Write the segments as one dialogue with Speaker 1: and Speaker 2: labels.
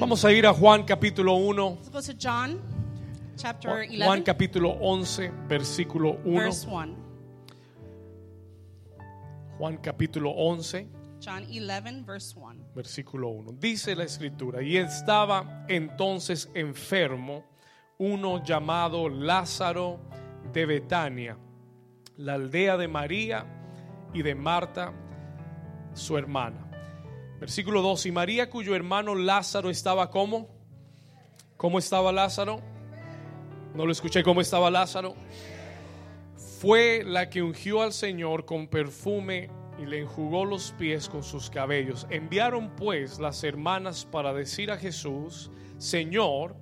Speaker 1: Vamos a ir a Juan capítulo 1,
Speaker 2: Let's go to John chapter
Speaker 1: Juan
Speaker 2: 11,
Speaker 1: capítulo 11, versículo 1,
Speaker 2: verse 1.
Speaker 1: Juan capítulo 11,
Speaker 2: John 11, verse 1.
Speaker 1: versículo 1. Dice la escritura, y estaba entonces enfermo uno llamado Lázaro de Betania, la aldea de María y de Marta, su hermana. Versículo 2, y María cuyo hermano Lázaro estaba como, ¿cómo estaba Lázaro? No lo escuché, ¿cómo estaba Lázaro? fue la que ungió al Señor con perfume y le enjugó los pies con sus cabellos. Enviaron pues las hermanas para decir a Jesús, Señor,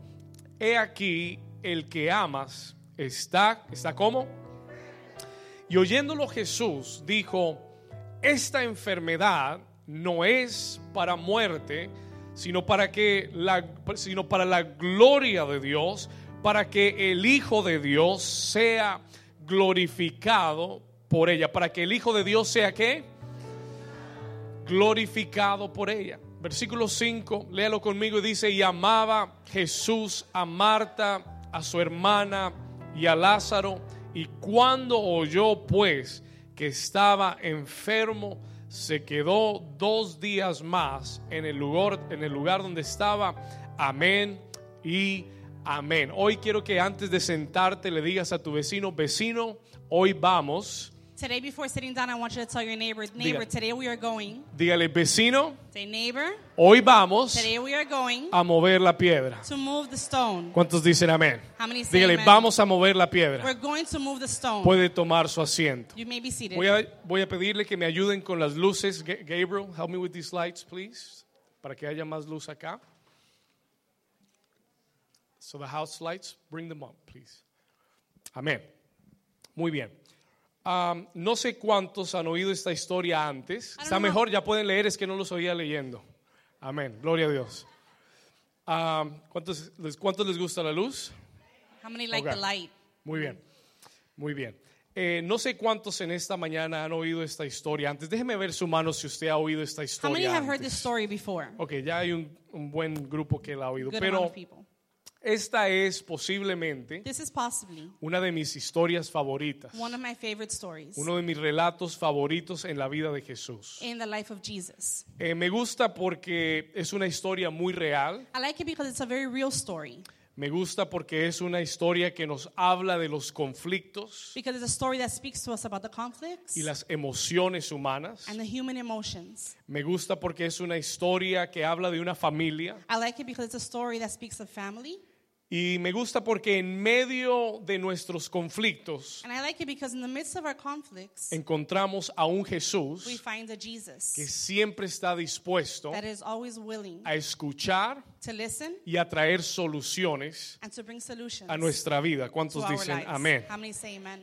Speaker 1: he aquí el que amas está, ¿está cómo? Y oyéndolo Jesús dijo, esta enfermedad no es para muerte, sino para que la sino para la gloria de Dios, para que el Hijo de Dios sea glorificado por ella, para que el Hijo de Dios sea qué? glorificado por ella. Versículo 5, léalo conmigo y dice, y amaba Jesús a Marta, a su hermana y a Lázaro, y cuando oyó pues que estaba enfermo, se quedó dos días más en el lugar, en el lugar donde estaba. Amén y amén. Hoy quiero que antes de sentarte le digas a tu vecino, vecino, hoy vamos.
Speaker 2: Today, before sitting down, I want you to tell your neighbor, neighbor,
Speaker 1: Diga.
Speaker 2: today we are going.
Speaker 1: Dígale, vecino,
Speaker 2: Say, neighbor,
Speaker 1: hoy vamos
Speaker 2: today we are going
Speaker 1: a mover la piedra.
Speaker 2: to move the stone.
Speaker 1: ¿Cuántos dicen amén?
Speaker 2: How many say
Speaker 1: Dígale,
Speaker 2: amen?
Speaker 1: vamos a mover la
Speaker 2: We're
Speaker 1: piedra.
Speaker 2: going to move the stone.
Speaker 1: Puede tomar su asiento.
Speaker 2: You may be seated.
Speaker 1: Voy a, voy a pedirle que me ayuden con las luces. Ga- Gabriel, help me with these lights, please. Para que haya más luz acá. So the house lights, bring them up, please. Amén. Muy bien. Am, no sé cuántos han oído esta historia antes.
Speaker 2: don't
Speaker 1: Está
Speaker 2: know.
Speaker 1: mejor, ya pueden leer, es que no los oía leyendo. Amén. Gloria a Dios. Am, ¿cuántos, les- ¿Cuántos les gusta la luz?
Speaker 2: How many like
Speaker 1: Okay.
Speaker 2: the light?
Speaker 1: Muy bien, muy bien. Eh, no sé cuántos en esta mañana han oído esta historia antes. Déjeme ver su mano si usted ha oído esta
Speaker 2: How many
Speaker 1: historia.
Speaker 2: have heard this
Speaker 1: antes.
Speaker 2: story before?
Speaker 1: Ok, ya hay un, un buen grupo que la ha oído.
Speaker 2: Good amount
Speaker 1: Pero
Speaker 2: of people.
Speaker 1: esta es posiblemente
Speaker 2: This is possibly
Speaker 1: una de mis historias favoritas,
Speaker 2: one of my favorite stories
Speaker 1: uno de mis relatos favoritos en la vida de Jesús.
Speaker 2: in the life of Jesus.
Speaker 1: Eh, me gusta porque es una historia muy real.
Speaker 2: I like it because it's a very real story.
Speaker 1: Me gusta porque es una historia que nos habla de los conflictos
Speaker 2: Because it's a story that speaks to us about the conflicts
Speaker 1: y las emociones humanas.
Speaker 2: and the human emotions.
Speaker 1: Me gusta porque es una historia que habla de una familia
Speaker 2: I like it because it's a story that speaks of family.
Speaker 1: y me gusta porque en medio de nuestros conflictos
Speaker 2: And I like it because in the midst of our conflicts,
Speaker 1: encontramos a un
Speaker 2: we
Speaker 1: Jesús
Speaker 2: find a
Speaker 1: que
Speaker 2: Jesus
Speaker 1: siempre está dispuesto
Speaker 2: that is always willing
Speaker 1: a escuchar
Speaker 2: to listen
Speaker 1: y a traer soluciones
Speaker 2: and to bring solutions
Speaker 1: a nuestra vida.
Speaker 2: to
Speaker 1: ¿Cuántos
Speaker 2: our
Speaker 1: dicen
Speaker 2: lives.
Speaker 1: amén?
Speaker 2: How many say amen?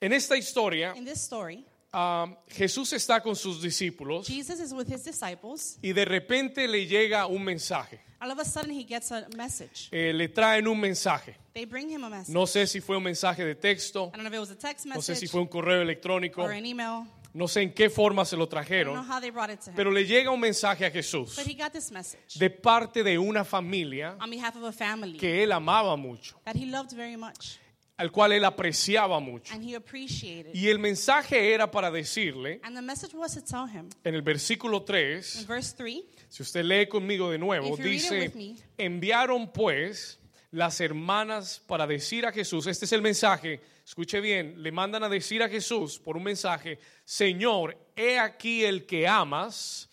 Speaker 1: En esta historia,
Speaker 2: In this story,
Speaker 1: ah, Jesús está con sus discípulos
Speaker 2: Jesus is with his disciples.
Speaker 1: y de repente le llega un mensaje.
Speaker 2: All of a sudden, he gets a message.
Speaker 1: Eh, le traen un mensaje.
Speaker 2: They bring him a message.
Speaker 1: No sé si fue un mensaje de texto,
Speaker 2: I don't know if it was a text
Speaker 1: no sé
Speaker 2: message
Speaker 1: si fue un correo electrónico.
Speaker 2: or an email.
Speaker 1: No sé en qué forma se lo
Speaker 2: I don't know
Speaker 1: trajeron,
Speaker 2: how they brought it to him.
Speaker 1: pero le llega un mensaje a Jesús
Speaker 2: but he got this message
Speaker 1: de parte de una familia
Speaker 2: on behalf of a family
Speaker 1: que él amaba mucho,
Speaker 2: that he loved very much
Speaker 1: al cual él apreciaba mucho.
Speaker 2: and he appreciated.
Speaker 1: Y el mensaje era para decirle,
Speaker 2: And the message was to tell him.
Speaker 1: en el versículo
Speaker 2: In
Speaker 1: 3,
Speaker 2: verse 3,
Speaker 1: si usted lee conmigo de nuevo,
Speaker 2: If you read it
Speaker 1: dice,
Speaker 2: with me.
Speaker 1: enviaron pues las hermanas para decir a Jesús, este es el mensaje, escuche bien, le mandan a decir a Jesús por un mensaje, Señor, he aquí el que amas,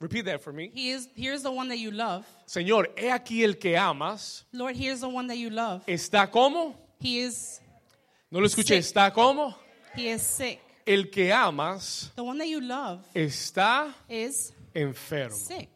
Speaker 1: repeat that for me.
Speaker 2: he is, here's the one that you love.
Speaker 1: Señor, he aquí el que amas.
Speaker 2: Lord, here's the one that you love.
Speaker 1: ¿Está como?
Speaker 2: He is,
Speaker 1: No lo escuché.
Speaker 2: Sí.
Speaker 1: ¿Está como?
Speaker 2: he is sick.
Speaker 1: El que amas
Speaker 2: The one that you love
Speaker 1: está
Speaker 2: is
Speaker 1: enfermo.
Speaker 2: sick.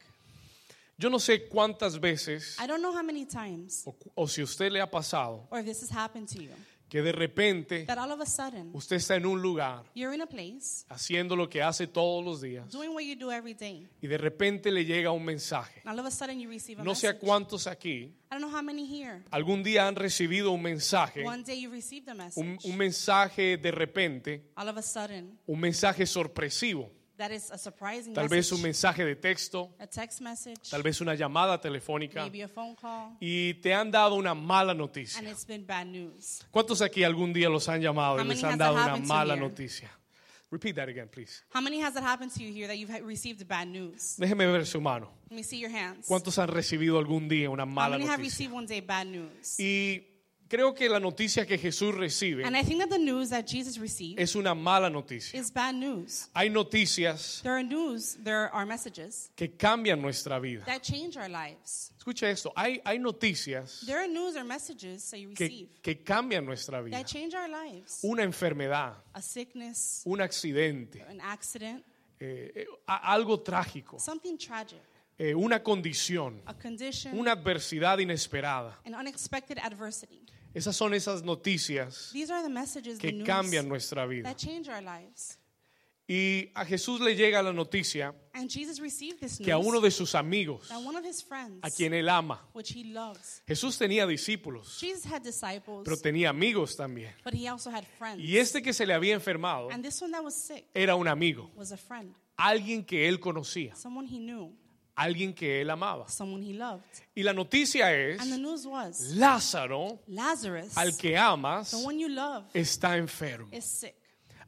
Speaker 1: Yo no sé cuántas veces
Speaker 2: I don't know how many times
Speaker 1: o, cu- o si a usted le ha pasado
Speaker 2: or if this has happened to you
Speaker 1: que de repente
Speaker 2: that all of a sudden
Speaker 1: usted está en un lugar
Speaker 2: you're in a place
Speaker 1: haciendo lo que hace todos los días
Speaker 2: doing what you do every day.
Speaker 1: y de repente le llega un mensaje.
Speaker 2: And all of a sudden you receive a
Speaker 1: No sé a
Speaker 2: message.
Speaker 1: cuántos aquí
Speaker 2: I don't know how many here.
Speaker 1: algún día han recibido un mensaje,
Speaker 2: One day you received a message.
Speaker 1: un, un mensaje de repente,
Speaker 2: all of a sudden,
Speaker 1: un mensaje sorpresivo.
Speaker 2: That is a surprising
Speaker 1: tal vez un
Speaker 2: message.
Speaker 1: mensaje de texto,
Speaker 2: a text message,
Speaker 1: tal vez una llamada telefónica
Speaker 2: maybe a phone call,
Speaker 1: y te han dado una mala noticia.
Speaker 2: and it's been bad news.
Speaker 1: ¿Cuántos aquí algún día los han llamado
Speaker 2: How
Speaker 1: y les
Speaker 2: many
Speaker 1: han
Speaker 2: has that
Speaker 1: dado una
Speaker 2: happened to
Speaker 1: mala
Speaker 2: you?
Speaker 1: noticia? Repeat that again, please.
Speaker 2: How many has it happened to you here that you've ha- received bad news?
Speaker 1: Déjeme ver su mano.
Speaker 2: Let me see your hands.
Speaker 1: ¿Cuántos han recibido algún día una
Speaker 2: How
Speaker 1: mala
Speaker 2: many have
Speaker 1: noticia?
Speaker 2: received one day bad news?
Speaker 1: Y creo que la noticia que Jesús recibe
Speaker 2: And I think that the news that Jesus received
Speaker 1: es una mala noticia.
Speaker 2: is bad news.
Speaker 1: Hay noticias
Speaker 2: There are news, there are messages
Speaker 1: que cambian nuestra vida.
Speaker 2: that change our lives.
Speaker 1: Escucha esto, hay, hay noticias
Speaker 2: There are news or messages that you receive
Speaker 1: que, que cambian nuestra vida.
Speaker 2: that change our lives.
Speaker 1: Una enfermedad,
Speaker 2: A sickness,
Speaker 1: un accidente,
Speaker 2: an accident,
Speaker 1: eh, eh, a- algo trágico,
Speaker 2: something tragic,
Speaker 1: eh, una condición,
Speaker 2: a condition,
Speaker 1: una adversidad inesperada.
Speaker 2: an unexpected adversity.
Speaker 1: Esas son esas noticias
Speaker 2: These are the messages, the
Speaker 1: que
Speaker 2: news
Speaker 1: cambian nuestra vida.
Speaker 2: that change our lives.
Speaker 1: Y a Jesús le llega la noticia
Speaker 2: And Jesus received this news
Speaker 1: que a uno de sus amigos,
Speaker 2: that one of his friends,
Speaker 1: a quien él ama,
Speaker 2: which he loves,
Speaker 1: Jesús tenía discípulos,
Speaker 2: Jesus had disciples,
Speaker 1: pero tenía amigos también.
Speaker 2: but he also had friends.
Speaker 1: Y este que se le había enfermado
Speaker 2: And this one that was sick
Speaker 1: era un amigo,
Speaker 2: was a friend,
Speaker 1: alguien que él conocía,
Speaker 2: someone he knew,
Speaker 1: alguien que él amaba.
Speaker 2: someone he loved.
Speaker 1: Y la noticia
Speaker 2: And the
Speaker 1: es,
Speaker 2: news was
Speaker 1: Lázaro,
Speaker 2: Lazarus,
Speaker 1: al que amas,
Speaker 2: the one you love,
Speaker 1: está enfermo.
Speaker 2: is sick.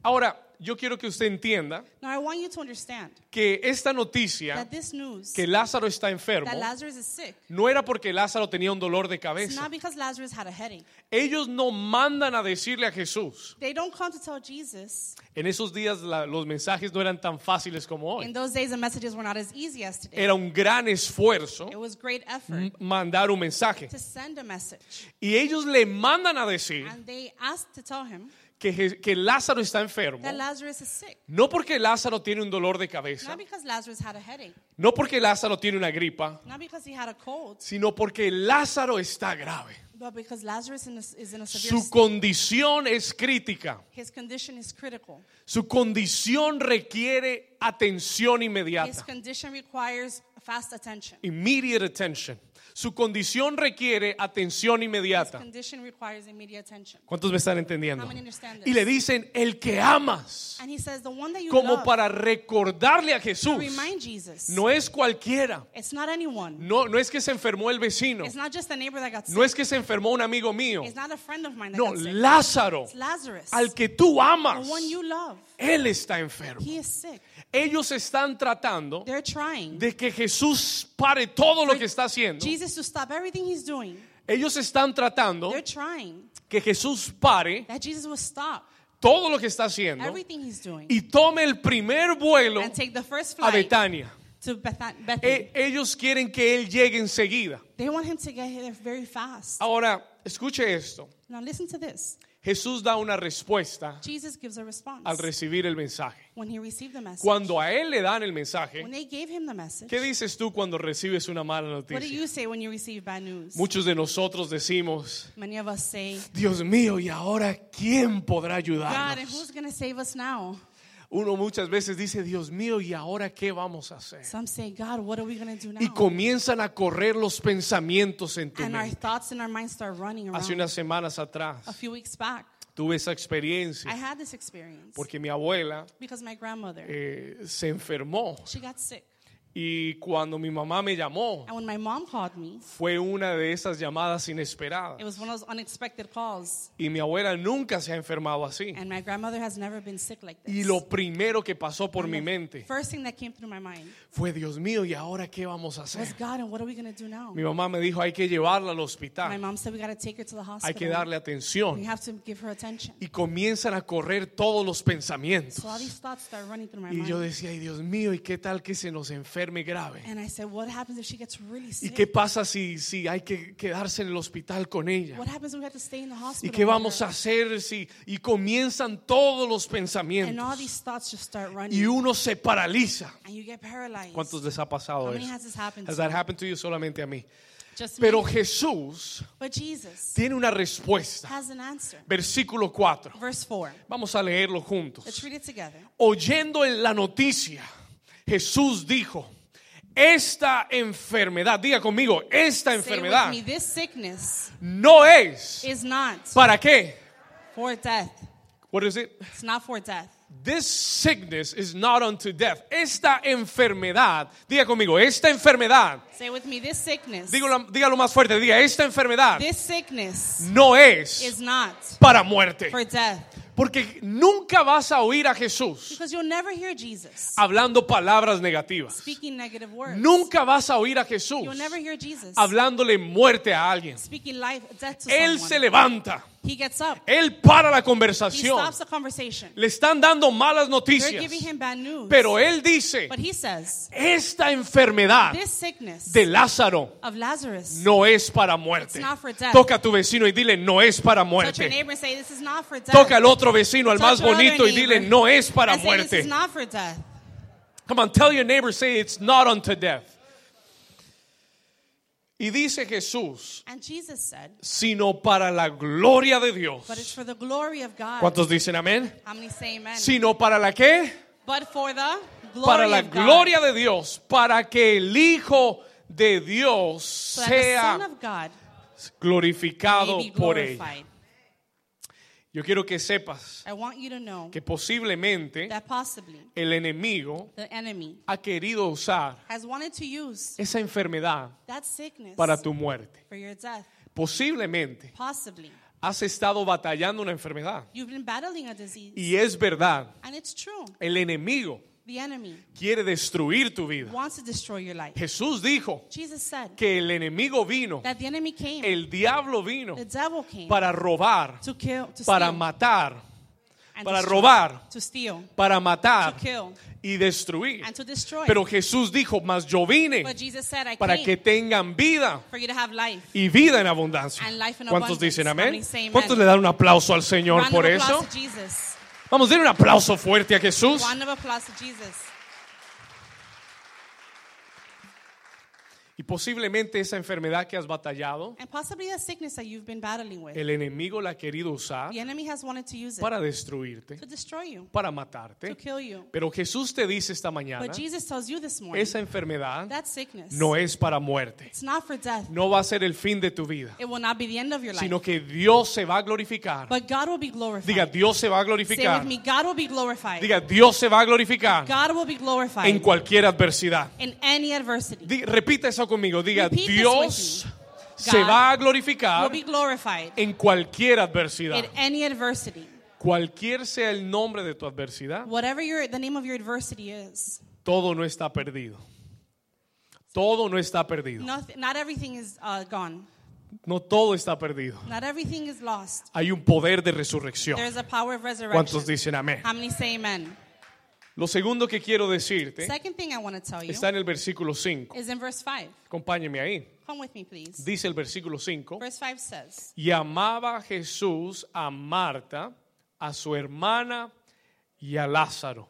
Speaker 1: Ahora, yo quiero que usted entienda
Speaker 2: Now, I want you to understand
Speaker 1: que esta noticia,
Speaker 2: that this news
Speaker 1: que Lázaro está enfermo,
Speaker 2: that Lazarus is sick,
Speaker 1: no era porque Lázaro tenía un dolor de
Speaker 2: it's
Speaker 1: cabeza.
Speaker 2: not because Lazarus had a headache.
Speaker 1: Ellos no mandan a decirle a Jesús.
Speaker 2: They don't come to tell Jesus.
Speaker 1: En esos días la- los mensajes no eran tan fáciles como
Speaker 2: In
Speaker 1: hoy.
Speaker 2: those days, the messages were not as easy as today.
Speaker 1: Era un gran esfuerzo
Speaker 2: It was great
Speaker 1: m-
Speaker 2: effort
Speaker 1: mandar un mensaje.
Speaker 2: to send a message.
Speaker 1: Y ellos le mandan a decir
Speaker 2: And they asked to tell him
Speaker 1: que, Je- que Lázaro está enfermo.
Speaker 2: that Lazarus is sick.
Speaker 1: No porque Lázaro tiene un dolor de cabeza,
Speaker 2: Not because Lazarus had a headache,
Speaker 1: no porque Lázaro tiene una gripa,
Speaker 2: not because he had a cold,
Speaker 1: sino porque Lázaro está grave.
Speaker 2: but because Lazarus in a- is in a severe
Speaker 1: Su
Speaker 2: state.
Speaker 1: condición es crítica.
Speaker 2: His condition is critical.
Speaker 1: Su condición requiere atención
Speaker 2: His
Speaker 1: inmediata.
Speaker 2: condition requires fast attention.
Speaker 1: Immediate attention. Su condición requiere atención
Speaker 2: His
Speaker 1: inmediata.
Speaker 2: condition requires immediate attention.
Speaker 1: ¿Cuántos me están entendiendo?
Speaker 2: How many understand
Speaker 1: Y
Speaker 2: this?
Speaker 1: le dicen, el que amas,
Speaker 2: And he says, the one that you
Speaker 1: como
Speaker 2: love,
Speaker 1: para recordarle a Jesús,
Speaker 2: remind Jesus.
Speaker 1: no es cualquiera,
Speaker 2: It's not anyone.
Speaker 1: no, no es que se enfermó el vecino,
Speaker 2: It's not just a neighbor that got sick.
Speaker 1: no es que se enfermó un amigo mío,
Speaker 2: It's not a friend of mine that
Speaker 1: no,
Speaker 2: got sick.
Speaker 1: Lázaro,
Speaker 2: It's Lazarus,
Speaker 1: al que tú
Speaker 2: the
Speaker 1: amas,
Speaker 2: one you love.
Speaker 1: él está enfermo.
Speaker 2: He is sick.
Speaker 1: Ellos están tratando
Speaker 2: They're trying.
Speaker 1: de que Jesús pare todo lo que está haciendo.
Speaker 2: Jesus to stop everything he's doing.
Speaker 1: Ellos están tratando
Speaker 2: They're trying
Speaker 1: que Jesús pare
Speaker 2: that Jesus will stop
Speaker 1: todo lo que está haciendo
Speaker 2: everything he's doing
Speaker 1: y tome el primer vuelo
Speaker 2: and take the first
Speaker 1: a
Speaker 2: flight
Speaker 1: Betania.
Speaker 2: to Bethan- Bethany.
Speaker 1: E- ellos quieren que él llegue enseguida.
Speaker 2: They want him to get here very fast.
Speaker 1: Ahora, escuche esto.
Speaker 2: Now listen to this.
Speaker 1: Jesús da una respuesta
Speaker 2: Jesus gives a response
Speaker 1: al recibir el mensaje.
Speaker 2: when he received the message.
Speaker 1: Cuando a él le dan el mensaje,
Speaker 2: When they gave him the message,
Speaker 1: ¿qué dices tú cuando recibes una mala
Speaker 2: what do
Speaker 1: noticia?
Speaker 2: you say when you receive bad news?
Speaker 1: Muchos de nosotros decimos,
Speaker 2: Many of us say,
Speaker 1: Dios mío, ¿y ahora quién podrá
Speaker 2: God, and
Speaker 1: ayudarnos?
Speaker 2: who's going to save us now?
Speaker 1: Uno muchas veces dice, Dios mío, ¿y ahora qué vamos a hacer?
Speaker 2: Some say, God, what are we going to do
Speaker 1: Y
Speaker 2: now?
Speaker 1: comienzan a correr los pensamientos en tu
Speaker 2: And our
Speaker 1: mente.
Speaker 2: thoughts and our minds start running
Speaker 1: Hace
Speaker 2: around.
Speaker 1: unas semanas
Speaker 2: A
Speaker 1: atrás
Speaker 2: few weeks back,
Speaker 1: tuve esa
Speaker 2: I
Speaker 1: experiencia
Speaker 2: had this experience
Speaker 1: porque mi abuela
Speaker 2: because my grandmother,
Speaker 1: eh, se enfermó
Speaker 2: she got sick.
Speaker 1: y cuando mi mamá me llamó
Speaker 2: And when my mom called me,
Speaker 1: fue una de esas llamadas
Speaker 2: it
Speaker 1: inesperadas
Speaker 2: was one of those unexpected calls.
Speaker 1: y mi abuela nunca se ha enfermado así
Speaker 2: And my grandmother has never been sick like this.
Speaker 1: y lo primero que pasó por
Speaker 2: And
Speaker 1: mi
Speaker 2: the
Speaker 1: mente
Speaker 2: First thing that came through my mind
Speaker 1: fue Dios mío y ahora qué vamos a
Speaker 2: was
Speaker 1: hacer
Speaker 2: God, and what are we going to do now?
Speaker 1: mi mamá me dijo hay que llevarla al
Speaker 2: My
Speaker 1: hospital
Speaker 2: mom said we got to take her to the
Speaker 1: hay que
Speaker 2: hospital.
Speaker 1: darle
Speaker 2: We
Speaker 1: atención
Speaker 2: have to give her attention.
Speaker 1: y comienzan a correr todos los pensamientos
Speaker 2: So all these thoughts start running through my
Speaker 1: y yo
Speaker 2: mind.
Speaker 1: decía ay Dios mío y qué tal que se nos enferme grave
Speaker 2: And I said, what happens if she gets really
Speaker 1: y qué
Speaker 2: sick?
Speaker 1: pasa si, si hay que quedarse en el hospital con ella
Speaker 2: What happens if we have to stay in the
Speaker 1: ¿Y
Speaker 2: hospital?
Speaker 1: qué
Speaker 2: with
Speaker 1: vamos
Speaker 2: her?
Speaker 1: a hacer si y comienzan todos los
Speaker 2: And all
Speaker 1: pensamientos
Speaker 2: these thoughts just start running.
Speaker 1: y uno se paraliza?
Speaker 2: and you get paralyzed.
Speaker 1: ¿Cuántos les ha pasado
Speaker 2: How many
Speaker 1: eso?
Speaker 2: has this happened
Speaker 1: Has
Speaker 2: to
Speaker 1: that
Speaker 2: you?
Speaker 1: happened to you? solamente a mí?
Speaker 2: Just
Speaker 1: Pero
Speaker 2: me.
Speaker 1: Jesús
Speaker 2: But Jesus
Speaker 1: tiene una respuesta.
Speaker 2: has an answer.
Speaker 1: Versículo 4.
Speaker 2: Verse 4.
Speaker 1: Vamos a leerlo
Speaker 2: Let's
Speaker 1: juntos.
Speaker 2: read it together.
Speaker 1: Oyendo en la noticia, Jesús dijo, esta enfermedad, diga conmigo, esta
Speaker 2: Say
Speaker 1: enfermedad
Speaker 2: with me, this sickness
Speaker 1: no es
Speaker 2: is not
Speaker 1: para qué?
Speaker 2: for death.
Speaker 1: What is it?
Speaker 2: It's not for death,
Speaker 1: This sickness is not unto death. Esta enfermedad, diga conmigo, esta enfermedad,
Speaker 2: Say with me, this sickness,
Speaker 1: dígalo, dígalo más fuerte, diga, esta enfermedad
Speaker 2: this sickness
Speaker 1: no es
Speaker 2: is not
Speaker 1: para muerte.
Speaker 2: for death
Speaker 1: Porque nunca vas a oír a Jesús
Speaker 2: because you'll never hear Jesus
Speaker 1: hablando palabras negativas.
Speaker 2: speaking negative words.
Speaker 1: Nunca vas a oír a Jesús
Speaker 2: You'll never hear Jesus
Speaker 1: hablándole muerte a alguien.
Speaker 2: speaking life, death to
Speaker 1: Él se
Speaker 2: someone.
Speaker 1: levanta,
Speaker 2: He gets up.
Speaker 1: él para la
Speaker 2: He
Speaker 1: conversación.
Speaker 2: stops the conversation.
Speaker 1: Le están dando malas
Speaker 2: They're
Speaker 1: noticias,
Speaker 2: giving him bad news.
Speaker 1: pero él dice,
Speaker 2: but he says,
Speaker 1: esta enfermedad
Speaker 2: this sickness
Speaker 1: de Lázaro
Speaker 2: of Lazarus,
Speaker 1: no es para muerte.
Speaker 2: It's not for death.
Speaker 1: Toca a tu vecino y dile, no es para
Speaker 2: touch your
Speaker 1: muerte.
Speaker 2: neighbor and say, this is not for death.
Speaker 1: Toca al otro vecino, al
Speaker 2: Touch
Speaker 1: más
Speaker 2: your other
Speaker 1: bonito, y dile,
Speaker 2: neighbor
Speaker 1: no es para
Speaker 2: and say, this is
Speaker 1: muerte.
Speaker 2: not for death.
Speaker 1: Come on, tell your neighbor, say it's not unto death. Y dice Jesús,
Speaker 2: And Jesus said,
Speaker 1: sino para la gloria de
Speaker 2: but
Speaker 1: Dios.
Speaker 2: it's for the glory of God.
Speaker 1: ¿Cuántos dicen amén?
Speaker 2: How many say amen?
Speaker 1: Sino para la qué?
Speaker 2: But for the glory
Speaker 1: Para la
Speaker 2: of God.
Speaker 1: gloria de Dios, para que el Hijo de Dios
Speaker 2: so that the Son
Speaker 1: sea
Speaker 2: of God
Speaker 1: glorificado
Speaker 2: may be
Speaker 1: por ella.
Speaker 2: glorified.
Speaker 1: Yo quiero que sepas
Speaker 2: I want you to know
Speaker 1: que posiblemente
Speaker 2: that possibly
Speaker 1: el enemigo
Speaker 2: the enemy
Speaker 1: ha querido usar
Speaker 2: has wanted to use
Speaker 1: esa enfermedad
Speaker 2: that sickness
Speaker 1: para tu muerte.
Speaker 2: for your death.
Speaker 1: Posiblemente
Speaker 2: Possibly.
Speaker 1: has estado batallando una enfermedad.
Speaker 2: You've been battling a disease.
Speaker 1: Y es verdad,
Speaker 2: And it's true.
Speaker 1: el enemigo
Speaker 2: The enemy
Speaker 1: quiere destruir tu vida.
Speaker 2: wants to destroy your life.
Speaker 1: Jesús dijo
Speaker 2: Jesus said
Speaker 1: que el enemigo vino,
Speaker 2: that the enemy came,
Speaker 1: el diablo vino
Speaker 2: the devil came
Speaker 1: para robar,
Speaker 2: to kill, to
Speaker 1: para
Speaker 2: steal,
Speaker 1: matar,
Speaker 2: and
Speaker 1: para
Speaker 2: destroy,
Speaker 1: robar.
Speaker 2: to steal,
Speaker 1: para matar
Speaker 2: to kill,
Speaker 1: y destruir.
Speaker 2: and to destroy.
Speaker 1: Pero Jesús dijo, mas yo vine
Speaker 2: but Jesus said, I
Speaker 1: para
Speaker 2: came
Speaker 1: que tengan vida
Speaker 2: for you to have life.
Speaker 1: y vida en abundancia.
Speaker 2: And life in
Speaker 1: ¿Cuántos
Speaker 2: abundance.
Speaker 1: dicen
Speaker 2: How
Speaker 1: amén?
Speaker 2: many say amen?
Speaker 1: ¿Cuántos le dan un aplauso al Señor
Speaker 2: Round
Speaker 1: por
Speaker 2: of applause
Speaker 1: eso?
Speaker 2: to Jesus.
Speaker 1: Vamos, denle un aplauso fuerte a Jesús.
Speaker 2: Round of applause to Jesus.
Speaker 1: Y posiblemente esa enfermedad que has batallado,
Speaker 2: And possibly a sickness that you've been battling with.
Speaker 1: el enemigo la ha querido usar
Speaker 2: The enemy has wanted to use it
Speaker 1: para destruirte,
Speaker 2: to destroy you,
Speaker 1: para
Speaker 2: to
Speaker 1: matarte.
Speaker 2: kill you.
Speaker 1: Pero Jesús te dice esta mañana,
Speaker 2: But Jesus tells you this morning
Speaker 1: esa enfermedad
Speaker 2: that sickness
Speaker 1: no es para muerte,
Speaker 2: it's not for death.
Speaker 1: no va a ser el fin de tu vida,
Speaker 2: It will not be the end of your life.
Speaker 1: sino que Dios se va a glorificar
Speaker 2: But God will be glorified.
Speaker 1: Diga, Dios se va a
Speaker 2: Say
Speaker 1: glorificar.
Speaker 2: with me, God will be glorified.
Speaker 1: Diga, Dios se va a glorificar
Speaker 2: God will be glorified
Speaker 1: en cualquier adversidad.
Speaker 2: in any adversity.
Speaker 1: Di- repita eso conmigo. Diga,
Speaker 2: Repeat this
Speaker 1: Dios
Speaker 2: with me.
Speaker 1: se
Speaker 2: God
Speaker 1: va a
Speaker 2: will
Speaker 1: glorificar
Speaker 2: be glorified
Speaker 1: en cualquier adversidad.
Speaker 2: in any adversity.
Speaker 1: Cualquier sea el nombre de tu adversidad,
Speaker 2: Whatever your, the name of your adversity is,
Speaker 1: todo no está perdido. Todo no está perdido.
Speaker 2: nothing, not everything is uh, gone.
Speaker 1: No todo está perdido.
Speaker 2: Not everything is lost.
Speaker 1: Hay un poder de resurrección.
Speaker 2: There is a power of resurrection.
Speaker 1: ¿Cuántos dicen amén?
Speaker 2: How many say amen?
Speaker 1: Lo segundo que quiero decirte
Speaker 2: Second thing I want to tell you
Speaker 1: está en el versículo 5.
Speaker 2: is in verse 5.
Speaker 1: Acompáñeme ahí.
Speaker 2: Come with me, please.
Speaker 1: Dice el versículo 5.
Speaker 2: Verse 5 says,
Speaker 1: Y amaba Jesús a Marta, a su hermana y a Lázaro.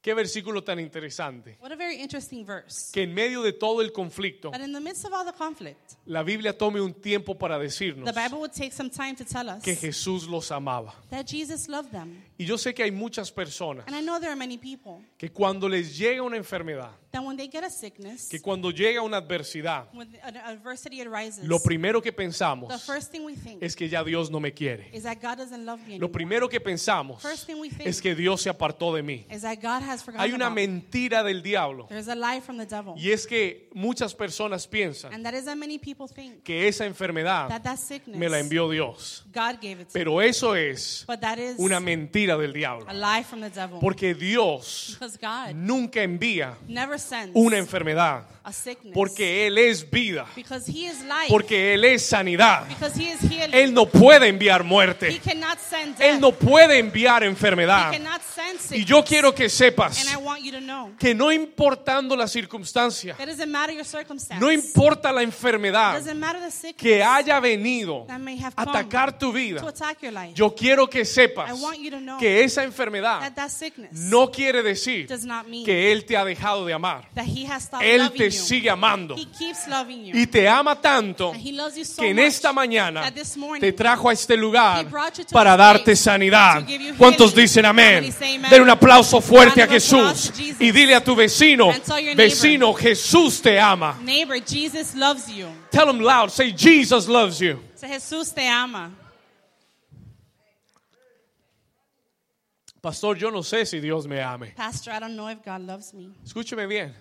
Speaker 1: Qué versículo tan interesante.
Speaker 2: What a very interesting verse.
Speaker 1: Que en medio de todo el conflicto,
Speaker 2: But in the midst of all the conflict,
Speaker 1: la Biblia tome un tiempo para
Speaker 2: the
Speaker 1: decirnos
Speaker 2: Bible would take some time to tell us
Speaker 1: que Jesús los amaba.
Speaker 2: that Jesus loved them.
Speaker 1: Y yo sé que hay muchas personas
Speaker 2: And I know there are many people
Speaker 1: que cuando les llega una enfermedad,
Speaker 2: that when they get a sickness,
Speaker 1: que cuando llega una adversidad,
Speaker 2: when an adversity arises,
Speaker 1: lo primero que
Speaker 2: the
Speaker 1: pensamos
Speaker 2: first thing we think
Speaker 1: es que ya Dios no me quiere.
Speaker 2: is that God doesn't love me
Speaker 1: Lo
Speaker 2: anymore.
Speaker 1: primero que pensamos
Speaker 2: First thing we think
Speaker 1: es que Dios se apartó de mí.
Speaker 2: is that God has forgotten
Speaker 1: Hay una
Speaker 2: about me.
Speaker 1: mentira del diablo
Speaker 2: There's a lie from the devil.
Speaker 1: Y es que muchas personas piensan
Speaker 2: And that is that many people think
Speaker 1: que esa enfermedad
Speaker 2: that that sickness,
Speaker 1: Ah. me la envió Dios.
Speaker 2: God gave it to me.
Speaker 1: Pero eso es
Speaker 2: But that is
Speaker 1: una mentira del diablo.
Speaker 2: a lie from the devil.
Speaker 1: Porque Dios
Speaker 2: because God
Speaker 1: nunca envía
Speaker 2: never sends
Speaker 1: una enfermedad.
Speaker 2: a sickness.
Speaker 1: Porque Él es vida.
Speaker 2: because he is life.
Speaker 1: Porque Él es sanidad.
Speaker 2: because he is healing.
Speaker 1: Él no puede enviar
Speaker 2: he
Speaker 1: muerte.
Speaker 2: cannot send death.
Speaker 1: Él no puede enviar
Speaker 2: he
Speaker 1: enfermedad.
Speaker 2: cannot send sickness.
Speaker 1: Y yo quiero que
Speaker 2: And I
Speaker 1: sepas
Speaker 2: want you to know
Speaker 1: que no importando la circunstancia,
Speaker 2: that doesn't matter your circumstance.
Speaker 1: no importa la enfermedad
Speaker 2: doesn't matter the sickness
Speaker 1: que haya venido
Speaker 2: that may have
Speaker 1: a
Speaker 2: come
Speaker 1: atacar tu vida,
Speaker 2: to attack your life.
Speaker 1: Yo quiero que sepas
Speaker 2: I want you to know
Speaker 1: que esa enfermedad
Speaker 2: that that sickness
Speaker 1: no quiere decir
Speaker 2: does not mean
Speaker 1: que Él te ha dejado de amar.
Speaker 2: that he has stopped
Speaker 1: Él
Speaker 2: loving
Speaker 1: te
Speaker 2: you.
Speaker 1: sigue amando
Speaker 2: He keeps loving you.
Speaker 1: y te ama tanto
Speaker 2: and he loves you so
Speaker 1: que en
Speaker 2: much
Speaker 1: esta mañana
Speaker 2: that this morning
Speaker 1: te trajo a este lugar
Speaker 2: He brought you to
Speaker 1: para
Speaker 2: this
Speaker 1: darte
Speaker 2: place
Speaker 1: sanidad.
Speaker 2: to give you
Speaker 1: ¿Cuántos
Speaker 2: healing?
Speaker 1: dicen amén?
Speaker 2: Somebody say amen.
Speaker 1: Den un aplauso fuerte a
Speaker 2: Round of applause
Speaker 1: Jesús
Speaker 2: to Jesus.
Speaker 1: y dile a tu vecino,
Speaker 2: And tell your neighbor.
Speaker 1: vecino, Jesús te ama.
Speaker 2: Neighbor, Jesus loves you.
Speaker 1: Tell him loud, say Jesus loves you.
Speaker 2: Say, Jesús te ama.
Speaker 1: Pastor, yo no sé si Dios me ame.
Speaker 2: Pastor, I don't know if God loves me.
Speaker 1: Escúcheme bien.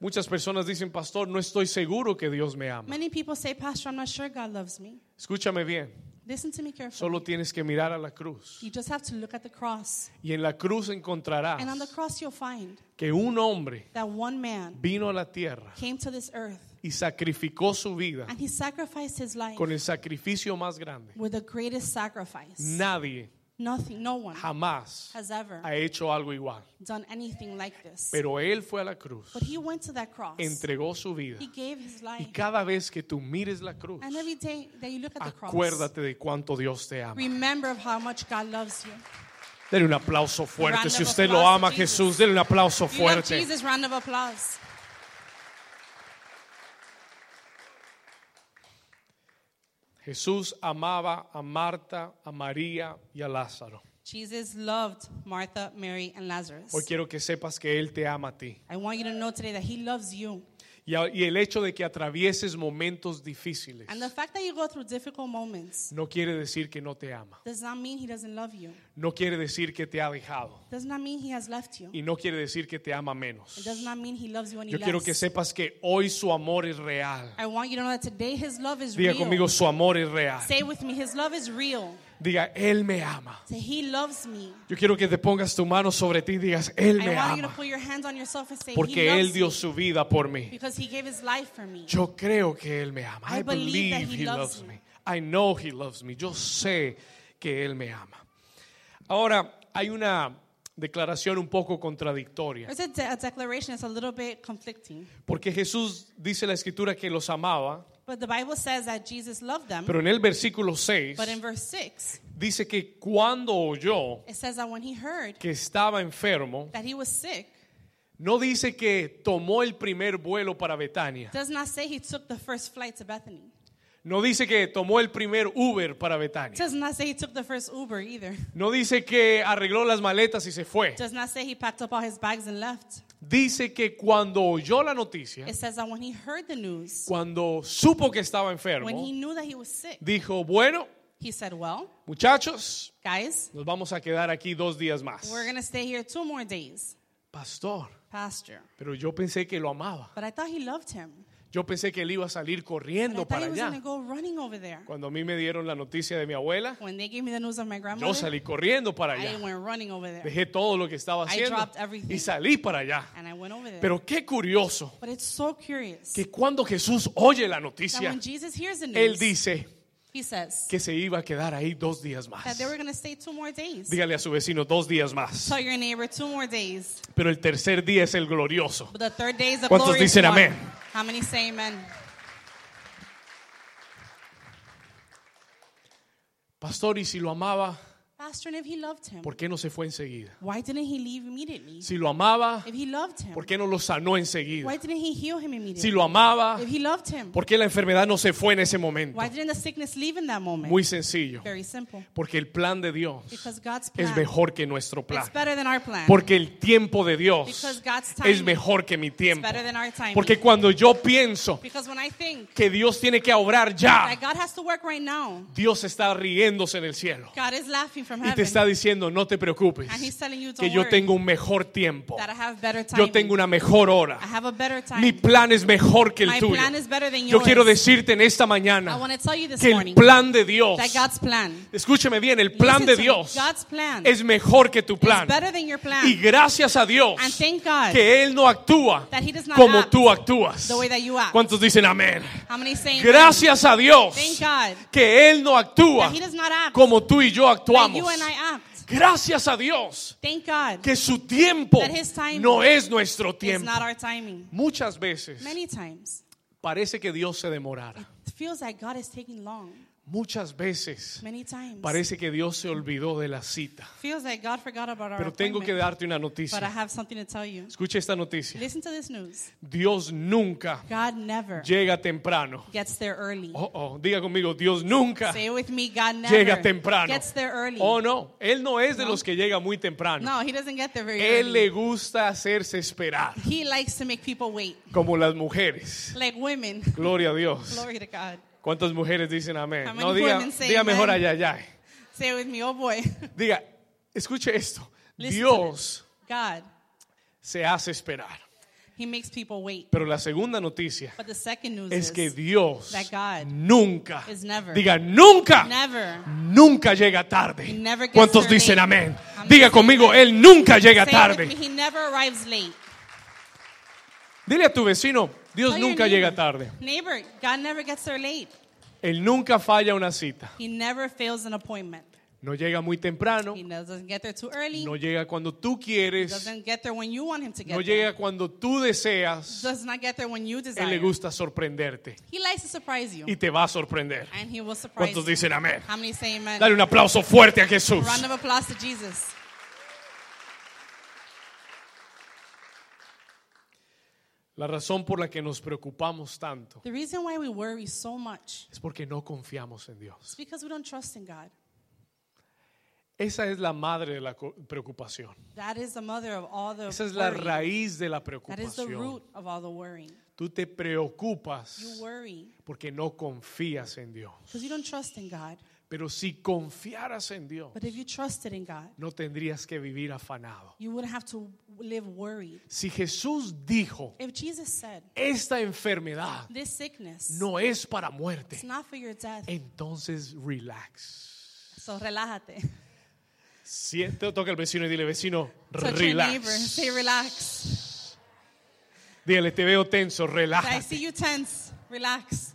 Speaker 1: Muchas personas dicen, pastor, no estoy seguro que Dios me ama.
Speaker 2: Many people say, Pastor, I'm not sure God loves me.
Speaker 1: Escúchame bien.
Speaker 2: Listen to me carefully.
Speaker 1: Solo tienes que mirar a la cruz.
Speaker 2: You just have to look at the cross.
Speaker 1: Y en la cruz
Speaker 2: And on the
Speaker 1: encontrarás
Speaker 2: cross, you'll find
Speaker 1: que un hombre
Speaker 2: that one man
Speaker 1: vino a la tierra
Speaker 2: came to this earth
Speaker 1: y sacrificó su vida
Speaker 2: and he sacrificed his life
Speaker 1: con el sacrificio más grande.
Speaker 2: with the greatest sacrifice.
Speaker 1: Nadie
Speaker 2: Nothing, no one
Speaker 1: jamás
Speaker 2: has ever
Speaker 1: ha hecho algo igual.
Speaker 2: done anything like this.
Speaker 1: Pero él fue a la cruz,
Speaker 2: But he went to that cross.
Speaker 1: entregó su vida.
Speaker 2: He gave his
Speaker 1: Y
Speaker 2: life.
Speaker 1: cada vez que tú mires la cruz,
Speaker 2: And every day that you look at the cross,
Speaker 1: acuérdate de cuánto Dios te ama.
Speaker 2: remember of how much God loves you.
Speaker 1: Denle un aplauso fuerte.
Speaker 2: Round
Speaker 1: Si
Speaker 2: of
Speaker 1: usted lo
Speaker 2: applause to
Speaker 1: ama a
Speaker 2: Jesus.
Speaker 1: Jesús, denle un aplauso
Speaker 2: You love
Speaker 1: fuerte.
Speaker 2: Jesus, round of applause.
Speaker 1: Jesús amaba a Marta, a María y a Lázaro.
Speaker 2: Jesus loved Martha, Mary, and Lazarus.
Speaker 1: Hoy quiero que sepas que Él te ama a ti.
Speaker 2: I want you to know today that he loves you.
Speaker 1: Y, a- y el hecho de que atravieses momentos difíciles
Speaker 2: And the fact that you go through difficult moments
Speaker 1: no quiere decir que no te ama.
Speaker 2: does not mean he doesn't love you.
Speaker 1: No quiere decir que te ha dejado.
Speaker 2: Does not mean he has left you.
Speaker 1: Y no quiere decir que te ama menos.
Speaker 2: It does not mean he loves you any
Speaker 1: Yo quiero que
Speaker 2: less.
Speaker 1: sepas que hoy su amor es real.
Speaker 2: I want you to know that today his love is
Speaker 1: Diga
Speaker 2: real.
Speaker 1: conmigo, su amor es real.
Speaker 2: Say with me, his love is real.
Speaker 1: Diga, Él me ama.
Speaker 2: Say, he loves me.
Speaker 1: Yo quiero que te pongas tu mano sobre ti y digas, Él
Speaker 2: I
Speaker 1: me
Speaker 2: want you to
Speaker 1: ama.
Speaker 2: put your hands on yourself and say, he
Speaker 1: Porque
Speaker 2: loves
Speaker 1: Él dio
Speaker 2: me
Speaker 1: su vida por mí.
Speaker 2: because he gave his life for me.
Speaker 1: Yo creo que Él me ama.
Speaker 2: I
Speaker 1: I
Speaker 2: believe that
Speaker 1: believe
Speaker 2: he
Speaker 1: He
Speaker 2: loves
Speaker 1: loves me. I know He loves me. Yo sé que Él me ama. Ahora, hay una declaración un poco contradictoria.
Speaker 2: There's a, de- a declaration that's a little bit conflicting.
Speaker 1: Porque Jesús dice en la Escritura que los amaba,
Speaker 2: But the Bible says that Jesus loved them.
Speaker 1: pero en el versículo 6
Speaker 2: But in verse 6,
Speaker 1: dice que cuando oyó
Speaker 2: it says that when he heard
Speaker 1: que estaba enfermo,
Speaker 2: that he was sick,
Speaker 1: no dice que tomó el primer vuelo para Betania.
Speaker 2: does not say he took the first flight to Bethany.
Speaker 1: No dice que tomó el primer Uber para Betania.
Speaker 2: Does not say he took the first Uber either.
Speaker 1: No dice que arregló las maletas y se fue.
Speaker 2: Does not say he packed up all his bags and left.
Speaker 1: Dice que cuando oyó la noticia,
Speaker 2: It says that when he heard the news,
Speaker 1: cuando supo que estaba
Speaker 2: when he
Speaker 1: enfermo,
Speaker 2: knew that he was sick,
Speaker 1: dijo, bueno,
Speaker 2: he said, Well,
Speaker 1: muchachos,
Speaker 2: guys,
Speaker 1: nos vamos a quedar aquí dos días más.
Speaker 2: we're going to stay here two more days,
Speaker 1: Pastor,
Speaker 2: Pastor.
Speaker 1: pero yo pensé que lo amaba.
Speaker 2: But I thought he loved him.
Speaker 1: Yo pensé que él iba a salir
Speaker 2: And I
Speaker 1: corriendo
Speaker 2: thought
Speaker 1: para
Speaker 2: he was going
Speaker 1: allá.
Speaker 2: to go running over there.
Speaker 1: Cuando a mí me dieron la noticia de mi abuela,
Speaker 2: When they gave me the news of my
Speaker 1: yo
Speaker 2: grandmother,
Speaker 1: salí corriendo para
Speaker 2: I
Speaker 1: allá.
Speaker 2: went running over there.
Speaker 1: Dejé todo lo que estaba haciendo
Speaker 2: dropped everything.
Speaker 1: y salí para allá.
Speaker 2: And I went over there.
Speaker 1: Pero qué curioso
Speaker 2: But it's so curious
Speaker 1: que cuando Jesús oye la
Speaker 2: that
Speaker 1: noticia,
Speaker 2: when Jesus hears the
Speaker 1: él
Speaker 2: news,
Speaker 1: dice
Speaker 2: he says
Speaker 1: que se iba a quedar ahí dos días
Speaker 2: that
Speaker 1: más.
Speaker 2: they were going to stay two more days.
Speaker 1: Dígale a su vecino dos días más.
Speaker 2: Tell your neighbor two more days.
Speaker 1: Pero el tercer día es el glorioso.
Speaker 2: But the third day is the
Speaker 1: ¿Cuántos
Speaker 2: glorious
Speaker 1: dicen
Speaker 2: one.
Speaker 1: amén?
Speaker 2: How many say amen?
Speaker 1: Pastor, y si lo amaba,
Speaker 2: Pastor, and if he loved him,
Speaker 1: ¿por qué no se fue enseguida?
Speaker 2: why didn't he leave immediately?
Speaker 1: Si lo amaba,
Speaker 2: If he loved him,
Speaker 1: ¿por qué no lo sanó enseguida?
Speaker 2: why didn't he heal him immediately?
Speaker 1: Si lo amaba,
Speaker 2: if he loved him,
Speaker 1: ¿por qué la enfermedad no se fue en ese momento?
Speaker 2: why didn't the sickness leave in that moment?
Speaker 1: Muy sencillo.
Speaker 2: Very simple.
Speaker 1: Porque el plan de Dios
Speaker 2: Because God's plan
Speaker 1: es mejor que nuestro
Speaker 2: is
Speaker 1: plan.
Speaker 2: better than our plan.
Speaker 1: Porque el tiempo de Dios
Speaker 2: Because God's timing
Speaker 1: es mejor que mi
Speaker 2: it's
Speaker 1: tiempo.
Speaker 2: better than our time.
Speaker 1: Porque cuando yo pienso
Speaker 2: because when I think
Speaker 1: que Dios tiene que obrar ya,
Speaker 2: that God has to work right now,
Speaker 1: Dios está riéndose en el cielo.
Speaker 2: God is laughing from
Speaker 1: Y te
Speaker 2: heaven.
Speaker 1: está diciendo, no te preocupes,
Speaker 2: And he's telling you, "Don't
Speaker 1: que yo
Speaker 2: worry,
Speaker 1: tengo un mejor tiempo.
Speaker 2: that I have better time.
Speaker 1: Yo tengo una mejor hora.
Speaker 2: I have a better time.
Speaker 1: Mi plan es mejor que el
Speaker 2: My
Speaker 1: tuyo.
Speaker 2: plan is better than
Speaker 1: Yo
Speaker 2: yours.
Speaker 1: quiero decirte en esta
Speaker 2: I want
Speaker 1: mañana
Speaker 2: to tell you this
Speaker 1: que el
Speaker 2: morning
Speaker 1: plan de Dios,
Speaker 2: that God's plan,
Speaker 1: escúcheme bien, el plan
Speaker 2: Listen
Speaker 1: de
Speaker 2: to me.
Speaker 1: Dios
Speaker 2: God's plan
Speaker 1: es mejor que tu plan.
Speaker 2: is better than your plan.
Speaker 1: Y gracias a Dios
Speaker 2: And thank God
Speaker 1: que Él no actúa
Speaker 2: that he does not
Speaker 1: como
Speaker 2: act
Speaker 1: tú actúas.
Speaker 2: the way that you act.
Speaker 1: ¿Cuántos dicen amén?
Speaker 2: How many saying
Speaker 1: Gracias a Dios
Speaker 2: Thank God
Speaker 1: que Él no actúa
Speaker 2: that he does not act
Speaker 1: como tú y yo
Speaker 2: that
Speaker 1: actuamos.
Speaker 2: you and I act.
Speaker 1: Gracias a Dios
Speaker 2: Thank God
Speaker 1: que su tiempo
Speaker 2: That his timing
Speaker 1: no es nuestro
Speaker 2: it's
Speaker 1: tiempo.
Speaker 2: not our timing.
Speaker 1: Muchas veces
Speaker 2: Many times
Speaker 1: parece que Dios se demorara.
Speaker 2: it feels like God is taking long.
Speaker 1: Muchas veces
Speaker 2: Many times
Speaker 1: parece que Dios se olvidó de la cita.
Speaker 2: feels like God forgot about our
Speaker 1: Pero tengo que
Speaker 2: appointment.
Speaker 1: darte una
Speaker 2: But I
Speaker 1: noticia.
Speaker 2: have something to tell you.
Speaker 1: Escucha esta noticia.
Speaker 2: Listen to this news.
Speaker 1: Dios nunca
Speaker 2: God never
Speaker 1: llega temprano.
Speaker 2: gets there early.
Speaker 1: Oh, oh, diga conmigo, Dios nunca
Speaker 2: Say it with me, God never
Speaker 1: llega temprano.
Speaker 2: gets there early.
Speaker 1: Oh, no, Él no es de
Speaker 2: No.
Speaker 1: los que llega muy temprano.
Speaker 2: No, he doesn't get there very
Speaker 1: Él
Speaker 2: early.
Speaker 1: le gusta hacerse esperar,
Speaker 2: He likes to make people wait,
Speaker 1: como las mujeres.
Speaker 2: like women.
Speaker 1: Gloria a Dios.
Speaker 2: Glory to God.
Speaker 1: ¿Cuántas mujeres dicen amén?
Speaker 2: How many
Speaker 1: No, diga,
Speaker 2: women say
Speaker 1: diga mejor
Speaker 2: amen?
Speaker 1: allá, allá.
Speaker 2: Say it with me, oh boy.
Speaker 1: Diga, Escuche esto.
Speaker 2: Listen to
Speaker 1: Dios
Speaker 2: God,
Speaker 1: se hace esperar.
Speaker 2: He makes people wait.
Speaker 1: Pero la segunda noticia
Speaker 2: But the second news
Speaker 1: es que
Speaker 2: is
Speaker 1: Dios
Speaker 2: that God
Speaker 1: nunca,
Speaker 2: is never-
Speaker 1: diga nunca,
Speaker 2: never
Speaker 1: nunca llega tarde.
Speaker 2: He never gets
Speaker 1: ¿Cuántos
Speaker 2: there
Speaker 1: dicen
Speaker 2: late?
Speaker 1: amén?
Speaker 2: Amén.
Speaker 1: Diga conmigo, Él nunca llega
Speaker 2: Say it with
Speaker 1: tarde.
Speaker 2: me, he never arrives late.
Speaker 1: Dile a tu vecino, Dios
Speaker 2: Tell your
Speaker 1: nunca
Speaker 2: neighbor,
Speaker 1: llega tarde.
Speaker 2: Neighbor, God never gets there late.
Speaker 1: Él nunca falla una cita.
Speaker 2: He never fails an appointment.
Speaker 1: No llega muy temprano,
Speaker 2: He doesn't get there too early.
Speaker 1: no llega cuando tú
Speaker 2: He
Speaker 1: quieres,
Speaker 2: doesn't get there when you want him to get
Speaker 1: no
Speaker 2: there.
Speaker 1: llega cuando tú deseas.
Speaker 2: Does not get there when you desire.
Speaker 1: Él le gusta sorprenderte
Speaker 2: He likes to surprise you.
Speaker 1: y te va a sorprender.
Speaker 2: and he will surprise
Speaker 1: ¿Cuántos
Speaker 2: you.
Speaker 1: dicen amén?
Speaker 2: How many say amen?
Speaker 1: Dale un aplauso fuerte a Jesús.
Speaker 2: Round of applause to Jesus.
Speaker 1: La razón por la que nos preocupamos tanto
Speaker 2: The reason why we worry so much
Speaker 1: es porque no confiamos en Dios.
Speaker 2: is because we don't trust in God.
Speaker 1: Esa es la madre de la co- preocupación.
Speaker 2: That is the mother of all the
Speaker 1: Esa es la
Speaker 2: worry.
Speaker 1: raíz de la
Speaker 2: That is the
Speaker 1: preocupación.
Speaker 2: root of all the worrying.
Speaker 1: Tú te
Speaker 2: You
Speaker 1: preocupas
Speaker 2: worry
Speaker 1: porque no confías en Dios.
Speaker 2: because you don't trust in God.
Speaker 1: Pero si confiaras en Dios,
Speaker 2: But if you trusted in God,
Speaker 1: no tendrías que vivir afanado.
Speaker 2: you wouldn't have to live worried.
Speaker 1: Si Jesús dijo,
Speaker 2: If Jesus said,
Speaker 1: esta enfermedad
Speaker 2: This sickness
Speaker 1: no es para
Speaker 2: it's
Speaker 1: muerte,
Speaker 2: not for your death,
Speaker 1: entonces relax.
Speaker 2: so relájate.
Speaker 1: Siente, toca al vecino y dile, vecino,
Speaker 2: Touch your neighbor and
Speaker 1: relax.
Speaker 2: say, Relax.
Speaker 1: Dile, te veo tenso,
Speaker 2: I
Speaker 1: relaja.
Speaker 2: see you tense. Relax.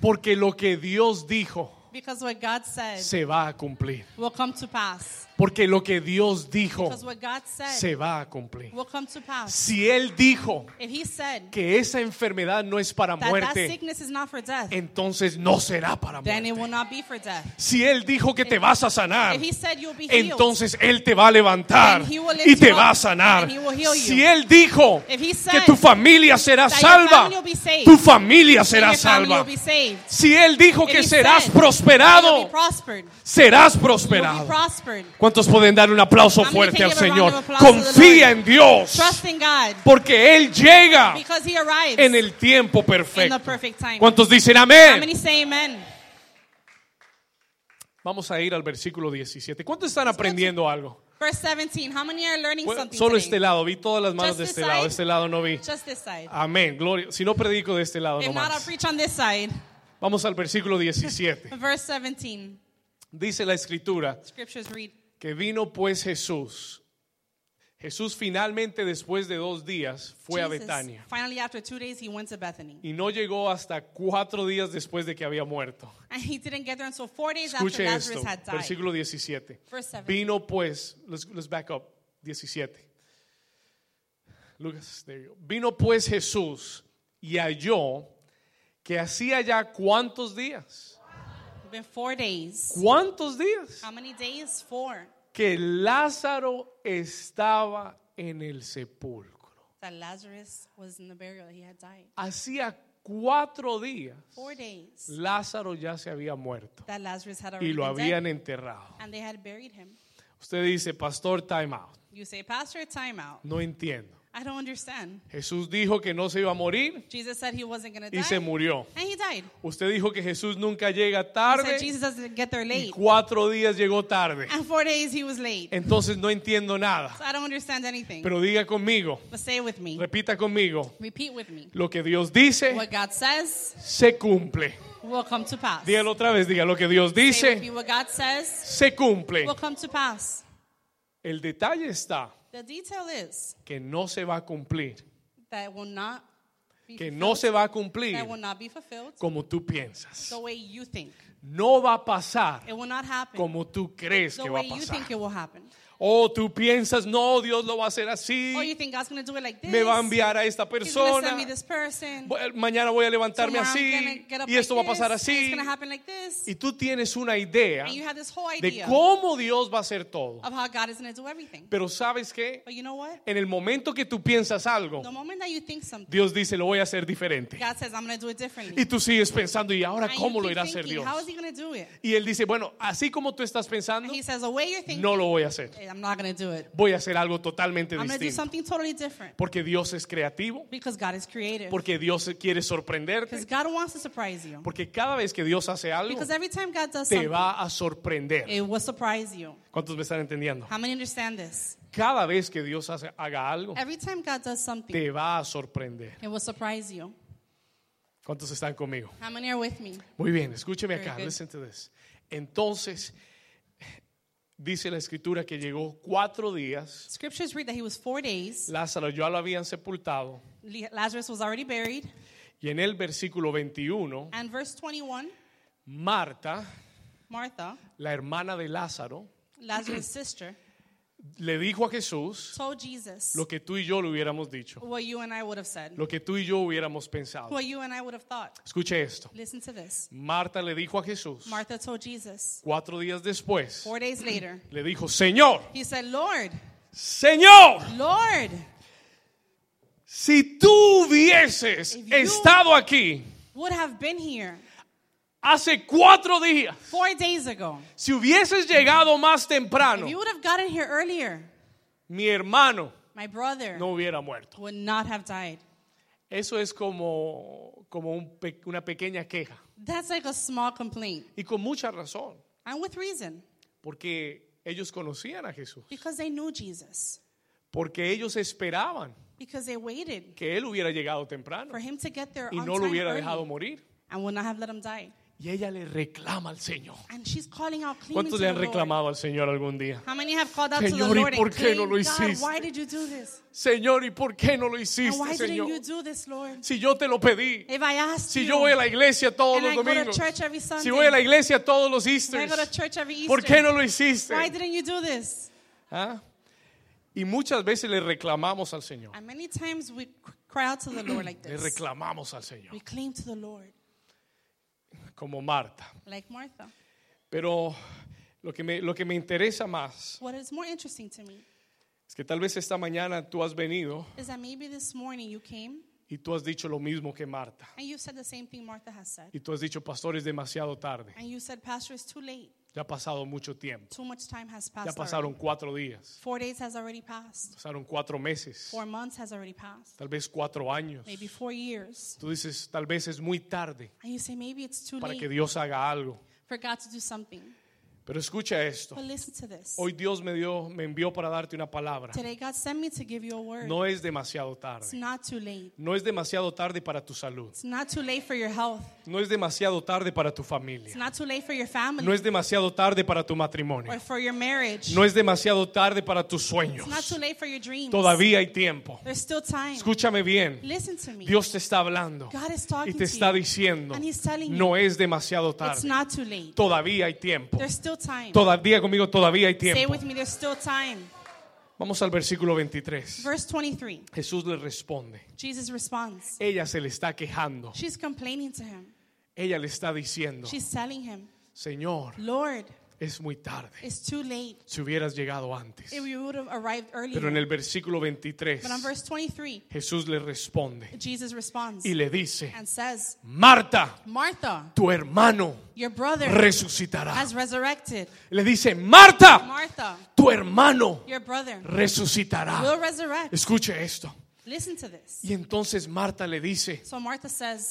Speaker 1: Porque lo que Dios dijo
Speaker 2: Because what God said
Speaker 1: se va a cumplir.
Speaker 2: will come to pass.
Speaker 1: Porque lo que Dios dijo
Speaker 2: Because what God said
Speaker 1: se va a cumplir.
Speaker 2: will come to pass.
Speaker 1: Si Él dijo
Speaker 2: If He said
Speaker 1: que esa enfermedad no es para
Speaker 2: that that
Speaker 1: muerte,
Speaker 2: sickness is not for death,
Speaker 1: entonces no será para
Speaker 2: then it will
Speaker 1: muerte.
Speaker 2: not be for death.
Speaker 1: Si Él dijo que te vas a sanar,
Speaker 2: If He said you'll be healed,
Speaker 1: entonces Él te va a levantar
Speaker 2: And he will lift
Speaker 1: y te
Speaker 2: you up,
Speaker 1: va a sanar.
Speaker 2: and he will heal you.
Speaker 1: Si Él dijo
Speaker 2: If he
Speaker 1: que
Speaker 2: said
Speaker 1: tu familia será
Speaker 2: that your
Speaker 1: salva,
Speaker 2: family will be saved,
Speaker 1: tu familia
Speaker 2: then
Speaker 1: será
Speaker 2: your family will
Speaker 1: salva.
Speaker 2: be saved.
Speaker 1: Si Él dijo que
Speaker 2: If he
Speaker 1: serás
Speaker 2: said, You'll
Speaker 1: prosperado,
Speaker 2: be prospered.
Speaker 1: serás
Speaker 2: You'll be
Speaker 1: prosperado.
Speaker 2: prospered.
Speaker 1: ¿Cuántos pueden dar un aplauso
Speaker 2: How many
Speaker 1: fuerte
Speaker 2: can
Speaker 1: al
Speaker 2: give a round
Speaker 1: Señor?
Speaker 2: of applause to the
Speaker 1: Confía
Speaker 2: Lord?
Speaker 1: en Dios,
Speaker 2: Trust in God
Speaker 1: porque Él llega
Speaker 2: because He arrives
Speaker 1: en el tiempo
Speaker 2: in the
Speaker 1: perfecto.
Speaker 2: perfect time.
Speaker 1: ¿Cuántos dicen
Speaker 2: How
Speaker 1: amén?
Speaker 2: many say amen?
Speaker 1: Vamos a ir al versículo 17. ¿Cuántos están aprendiendo algo?
Speaker 2: Verse 17. How many are learning
Speaker 1: Bueno,
Speaker 2: something
Speaker 1: Solo
Speaker 2: today?
Speaker 1: este lado, vi todas las manos
Speaker 2: Just
Speaker 1: de
Speaker 2: this
Speaker 1: este lado,
Speaker 2: side.
Speaker 1: este lado no vi.
Speaker 2: Just this side.
Speaker 1: Amén, gloria. Si no predico de este lado
Speaker 2: if not, I'll
Speaker 1: nomás.
Speaker 2: preach on this side.
Speaker 1: Vamos al versículo 17.
Speaker 2: Verse 17.
Speaker 1: Dice la escritura
Speaker 2: Scriptures read.
Speaker 1: que vino pues Jesús. Jesús finalmente después de dos días fue a
Speaker 2: Jesus,
Speaker 1: Betania
Speaker 2: Finally, after two days, he went to Bethany.
Speaker 1: y no llegó hasta cuatro días después de que había muerto.
Speaker 2: And he didn't get there until four days
Speaker 1: Escuche
Speaker 2: after Lazarus
Speaker 1: esto,
Speaker 2: had died.
Speaker 1: versículo 17.
Speaker 2: Verse 17.
Speaker 1: Vino pues, let's, let's back up, 17. Lucas, there you go. Vino pues Jesús y halló que hacía ya cuántos días,
Speaker 2: It's been four days.
Speaker 1: cuántos días
Speaker 2: How many days? Four.
Speaker 1: que Lázaro estaba en el sepulcro.
Speaker 2: That Lazarus was in the burial. He had died.
Speaker 1: Hacía cuatro días
Speaker 2: Four days.
Speaker 1: Lázaro ya se había muerto
Speaker 2: That Lazarus had already
Speaker 1: y lo
Speaker 2: been dead,
Speaker 1: habían enterrado.
Speaker 2: and they had buried him.
Speaker 1: Usted dice, pastor, time out.
Speaker 2: You say, Pastor, time out.
Speaker 1: No entiendo.
Speaker 2: I don't understand.
Speaker 1: Jesús dijo que no se iba a morir
Speaker 2: Jesus said he wasn't going to
Speaker 1: y
Speaker 2: die,
Speaker 1: se murió.
Speaker 2: and he died.
Speaker 1: Usted dijo que Jesús nunca llega
Speaker 2: He said
Speaker 1: tarde
Speaker 2: Jesus doesn't get there
Speaker 1: y
Speaker 2: late, Ah.
Speaker 1: cuatro días llegó tarde.
Speaker 2: and four days he was late.
Speaker 1: Entonces no entiendo nada.
Speaker 2: So I don't understand
Speaker 1: Eh,
Speaker 2: anything.
Speaker 1: Pero diga conmigo,
Speaker 2: but say it with me.
Speaker 1: repita conmigo,
Speaker 2: Repeat with me.
Speaker 1: lo que Dios dice
Speaker 2: What God says
Speaker 1: se cumple.
Speaker 2: will come to pass.
Speaker 1: Dígalo otra vez, diga, lo que Dios
Speaker 2: Say with me,
Speaker 1: dice
Speaker 2: what God says
Speaker 1: se cumple.
Speaker 2: will come to pass.
Speaker 1: El detalle está
Speaker 2: The detail is
Speaker 1: que no se va a cumplir,
Speaker 2: that will not be
Speaker 1: que
Speaker 2: fulfilled.
Speaker 1: no se va a cumplir
Speaker 2: that will not be fulfilled
Speaker 1: como tú piensas.
Speaker 2: the way you think.
Speaker 1: No va a pasar
Speaker 2: It will not happen
Speaker 1: como tú crees que
Speaker 2: the
Speaker 1: va
Speaker 2: way
Speaker 1: a
Speaker 2: you
Speaker 1: pasar.
Speaker 2: think it will happen.
Speaker 1: O tú piensas, no, Dios lo va a hacer
Speaker 2: Oh, you
Speaker 1: así,
Speaker 2: think God's going to do it like this?
Speaker 1: me va a enviar a esta
Speaker 2: He's going to
Speaker 1: persona,
Speaker 2: send me this person.
Speaker 1: voy- mañana voy a levantarme
Speaker 2: Tomorrow I'm gonna
Speaker 1: así,
Speaker 2: get up
Speaker 1: y esto va a
Speaker 2: like
Speaker 1: pasar
Speaker 2: this, and It's
Speaker 1: así.
Speaker 2: going to happen like this.
Speaker 1: Y tú tienes una idea
Speaker 2: And you have this whole
Speaker 1: de
Speaker 2: idea
Speaker 1: cómo Dios va a hacer todo.
Speaker 2: of how God is going to do everything.
Speaker 1: Pero sabes qué,
Speaker 2: But you know what?
Speaker 1: en el momento que tú piensas algo,
Speaker 2: The moment that you think something,
Speaker 1: Dios dice, lo voy a hacer diferente.
Speaker 2: God says, I'm going to do it differently.
Speaker 1: Y tú sigues pensando, ¿y ahora
Speaker 2: And you
Speaker 1: cómo lo
Speaker 2: keep
Speaker 1: irá a hacer
Speaker 2: thinking,
Speaker 1: Dios?
Speaker 2: How is he you going to do it?
Speaker 1: Y él dice, bueno, así como tú estás pensando,
Speaker 2: And he says, the way you're thinking,
Speaker 1: no lo voy a hacer.
Speaker 2: eh, I'm not going to do it.
Speaker 1: Voy a hacer algo totalmente
Speaker 2: I'm going to do
Speaker 1: distinto.
Speaker 2: something totally different
Speaker 1: Porque Dios es creativo,
Speaker 2: because God is creative.
Speaker 1: porque Dios quiere sorprenderte,
Speaker 2: Because God wants to surprise you.
Speaker 1: porque cada vez que Dios hace algo,
Speaker 2: Because every time God does
Speaker 1: te
Speaker 2: something,
Speaker 1: va a sorprender.
Speaker 2: it will surprise you.
Speaker 1: ¿Cuántos me están entendiendo?
Speaker 2: How many understand this?
Speaker 1: Cada vez que Dios hace- haga algo,
Speaker 2: Every time God does something,
Speaker 1: te va a sorprender.
Speaker 2: it will surprise you.
Speaker 1: ¿Cuántos están conmigo?
Speaker 2: How many are with me?
Speaker 1: Muy bien, escúcheme
Speaker 2: Very
Speaker 1: acá,
Speaker 2: good.
Speaker 1: listen to this. Entonces, dice la escritura que llegó cuatro días,
Speaker 2: Scriptures read that he was four days.
Speaker 1: Lázaro ya lo habían sepultado,
Speaker 2: Le- Lazarus was already buried.
Speaker 1: y en el versículo 21,
Speaker 2: And verse 21,
Speaker 1: Marta,
Speaker 2: Martha,
Speaker 1: la hermana de Lázaro,
Speaker 2: Lazarus' sister,
Speaker 1: le dijo a Jesús
Speaker 2: told Jesus
Speaker 1: lo que tú y yo le hubiéramos dicho,
Speaker 2: what you and I would have said,
Speaker 1: lo que tú y yo hubiéramos pensado.
Speaker 2: what you and I would have thought.
Speaker 1: Escuche esto.
Speaker 2: Listen to this.
Speaker 1: Marta le dijo a Jesús,
Speaker 2: Martha told Jesus
Speaker 1: cuatro días después,
Speaker 2: four days later,
Speaker 1: le dijo, Señor,
Speaker 2: he said, Lord,
Speaker 1: Señor,
Speaker 2: Lord,
Speaker 1: si tú hubieses
Speaker 2: If you-
Speaker 1: estado aquí
Speaker 2: would have been here
Speaker 1: hace cuatro días,
Speaker 2: four days ago.
Speaker 1: si hubieses llegado más
Speaker 2: If you
Speaker 1: temprano,
Speaker 2: would have gotten here earlier,
Speaker 1: mi hermano
Speaker 2: my brother
Speaker 1: no hubiera muerto.
Speaker 2: would not have died.
Speaker 1: Eso es como, como un pe- una pequeña queja.
Speaker 2: That's like a small complaint.
Speaker 1: Y con mucha razón,
Speaker 2: And with reason,
Speaker 1: porque ellos conocían a Jesús,
Speaker 2: because they knew Jesus,
Speaker 1: porque ellos esperaban
Speaker 2: because they waited
Speaker 1: que él hubiera llegado
Speaker 2: for
Speaker 1: temprano
Speaker 2: him to get there
Speaker 1: y
Speaker 2: on
Speaker 1: no lo
Speaker 2: time
Speaker 1: hubiera
Speaker 2: early
Speaker 1: dejado morir.
Speaker 2: and would not have let him die.
Speaker 1: Y ella le reclama al Señor.
Speaker 2: And she's calling out, claiming to
Speaker 1: ¿Cuántos le
Speaker 2: the
Speaker 1: han
Speaker 2: Lord.
Speaker 1: reclamado al Señor algún día?
Speaker 2: How many have called out to the
Speaker 1: Señor, ¿y
Speaker 2: Lord
Speaker 1: por
Speaker 2: and
Speaker 1: qué no lo
Speaker 2: claimed, God,
Speaker 1: hiciste?
Speaker 2: why did you do this?
Speaker 1: Señor, ¿y por qué no lo
Speaker 2: And
Speaker 1: hiciste,
Speaker 2: why didn't
Speaker 1: Señor?
Speaker 2: you do this, Lord?
Speaker 1: Si yo te lo pedí,
Speaker 2: If I asked
Speaker 1: si
Speaker 2: you,
Speaker 1: yo voy a la iglesia todos
Speaker 2: and
Speaker 1: los
Speaker 2: I go to
Speaker 1: domingos,
Speaker 2: church every Sunday,
Speaker 1: si voy a la iglesia todos los
Speaker 2: and I
Speaker 1: Easters,
Speaker 2: go to church every Easter,
Speaker 1: ¿por qué no lo hiciste?
Speaker 2: why didn't you do this?
Speaker 1: ¿Ah? Y muchas veces le reclamamos al Señor,
Speaker 2: And many times we c- cry out to the Lord like
Speaker 1: le
Speaker 2: this.
Speaker 1: reclamamos al
Speaker 2: We
Speaker 1: Señor,
Speaker 2: claim to the Lord,
Speaker 1: como Marta.
Speaker 2: like Martha.
Speaker 1: Pero lo que me, lo que me interesa más
Speaker 2: What is more interesting to me
Speaker 1: es que tal vez esta mañana tú has venido
Speaker 2: is that maybe this morning you came
Speaker 1: y tú has dicho lo mismo que Marta.
Speaker 2: and you said the same thing Martha has said.
Speaker 1: Y tú has dicho, pastor, es demasiado tarde.
Speaker 2: And you said, Pastor, it's too late.
Speaker 1: Ya ha pasado mucho tiempo.
Speaker 2: Too much time has
Speaker 1: Ya
Speaker 2: passed. already.
Speaker 1: pasaron cuatro días,
Speaker 2: Four days has already passed.
Speaker 1: pasaron cuatro meses,
Speaker 2: Four months has already passed.
Speaker 1: tal vez cuatro años.
Speaker 2: Maybe four years.
Speaker 1: Tú dices, tal vez es muy tarde
Speaker 2: And you say, maybe it's too
Speaker 1: para que
Speaker 2: late
Speaker 1: Dios haga algo.
Speaker 2: for God to do something.
Speaker 1: Pero escucha esto.
Speaker 2: But listen to this.
Speaker 1: Hoy Dios me dio, me envió para darte una palabra.
Speaker 2: Today, God sent me to give you a word.
Speaker 1: No es demasiado
Speaker 2: It's
Speaker 1: tarde.
Speaker 2: not too late.
Speaker 1: No es demasiado tarde para tu salud.
Speaker 2: It's not too late for your health.
Speaker 1: No es demasiado tarde para tu
Speaker 2: It's
Speaker 1: familia.
Speaker 2: not too late for your
Speaker 1: No
Speaker 2: family
Speaker 1: es demasiado tarde para tu
Speaker 2: or
Speaker 1: matrimonio.
Speaker 2: for your marriage.
Speaker 1: No es demasiado tarde para tus
Speaker 2: It's not
Speaker 1: sueños.
Speaker 2: too late for your dreams.
Speaker 1: Todavía hay tiempo.
Speaker 2: There's still time.
Speaker 1: Escúchame bien.
Speaker 2: Listen to me.
Speaker 1: Dios te está hablando
Speaker 2: God is
Speaker 1: y
Speaker 2: talking
Speaker 1: te
Speaker 2: to
Speaker 1: está
Speaker 2: you.
Speaker 1: diciendo,
Speaker 2: And he's telling you,
Speaker 1: no es demasiado
Speaker 2: It's
Speaker 1: tarde.
Speaker 2: not too late.
Speaker 1: Todavía hay tiempo.
Speaker 2: There's still time.
Speaker 1: Todavía conmigo, todavía hay
Speaker 2: Say
Speaker 1: tiempo.
Speaker 2: with me, there's still time.
Speaker 1: Vamos al versículo 23.
Speaker 2: Verse 23.
Speaker 1: Jesús le responde.
Speaker 2: Jesus responds.
Speaker 1: Ella se le está quejando.
Speaker 2: She's complaining to him.
Speaker 1: Ella le está diciendo,
Speaker 2: She's telling him,
Speaker 1: Señor,
Speaker 2: Lord,
Speaker 1: es muy tarde.
Speaker 2: it's too late.
Speaker 1: Si hubieras llegado antes.
Speaker 2: If you would have arrived earlier.
Speaker 1: Pero en el versículo 23,
Speaker 2: But on verse 23,
Speaker 1: Jesús le responde
Speaker 2: Jesus responds
Speaker 1: y le dice,
Speaker 2: and says,
Speaker 1: Marta,
Speaker 2: Martha,
Speaker 1: tu hermano
Speaker 2: your brother
Speaker 1: resucitará.
Speaker 2: has resurrected.
Speaker 1: Le dice, Marta,
Speaker 2: Martha,
Speaker 1: tu hermano
Speaker 2: your brother will
Speaker 1: resucitará.
Speaker 2: resurrect.
Speaker 1: Escuche esto.
Speaker 2: Listen to this.
Speaker 1: Y entonces Marta le dice,
Speaker 2: So Martha says,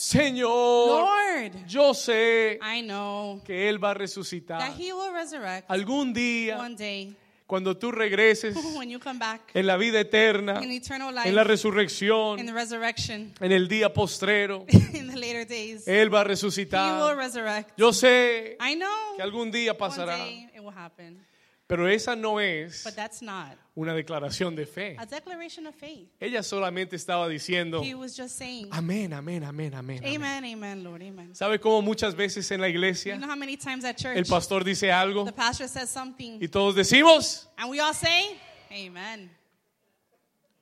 Speaker 1: Señor,
Speaker 2: Lord,
Speaker 1: yo sé
Speaker 2: I know
Speaker 1: que Él va a
Speaker 2: that
Speaker 1: resucitar.
Speaker 2: he will resurrect
Speaker 1: Algún día,
Speaker 2: one day
Speaker 1: cuando tú regreses
Speaker 2: when you come back
Speaker 1: en la vida eterna,
Speaker 2: in eternal
Speaker 1: en la
Speaker 2: life, in
Speaker 1: resurrección,
Speaker 2: the resurrection,
Speaker 1: en el día postrero,
Speaker 2: in the later days. He
Speaker 1: Él va a
Speaker 2: will
Speaker 1: resucitar.
Speaker 2: resurrect.
Speaker 1: Yo sé
Speaker 2: I know
Speaker 1: que algún día
Speaker 2: one
Speaker 1: pasará,
Speaker 2: day it will happen.
Speaker 1: pero esa no es
Speaker 2: But that's not
Speaker 1: una declaración de fe.
Speaker 2: a declaration of faith.
Speaker 1: Ella solamente estaba diciendo,
Speaker 2: He was just saying,
Speaker 1: amén, amén, amén, amén. amén.
Speaker 2: Amen, amen, Lord, amen.
Speaker 1: ¿Sabe cómo muchas veces en la
Speaker 2: You
Speaker 1: iglesia
Speaker 2: know how many times at
Speaker 1: el
Speaker 2: church
Speaker 1: pastor dice algo
Speaker 2: the pastor says
Speaker 1: y
Speaker 2: something
Speaker 1: todos decimos,
Speaker 2: and we all say, Amen,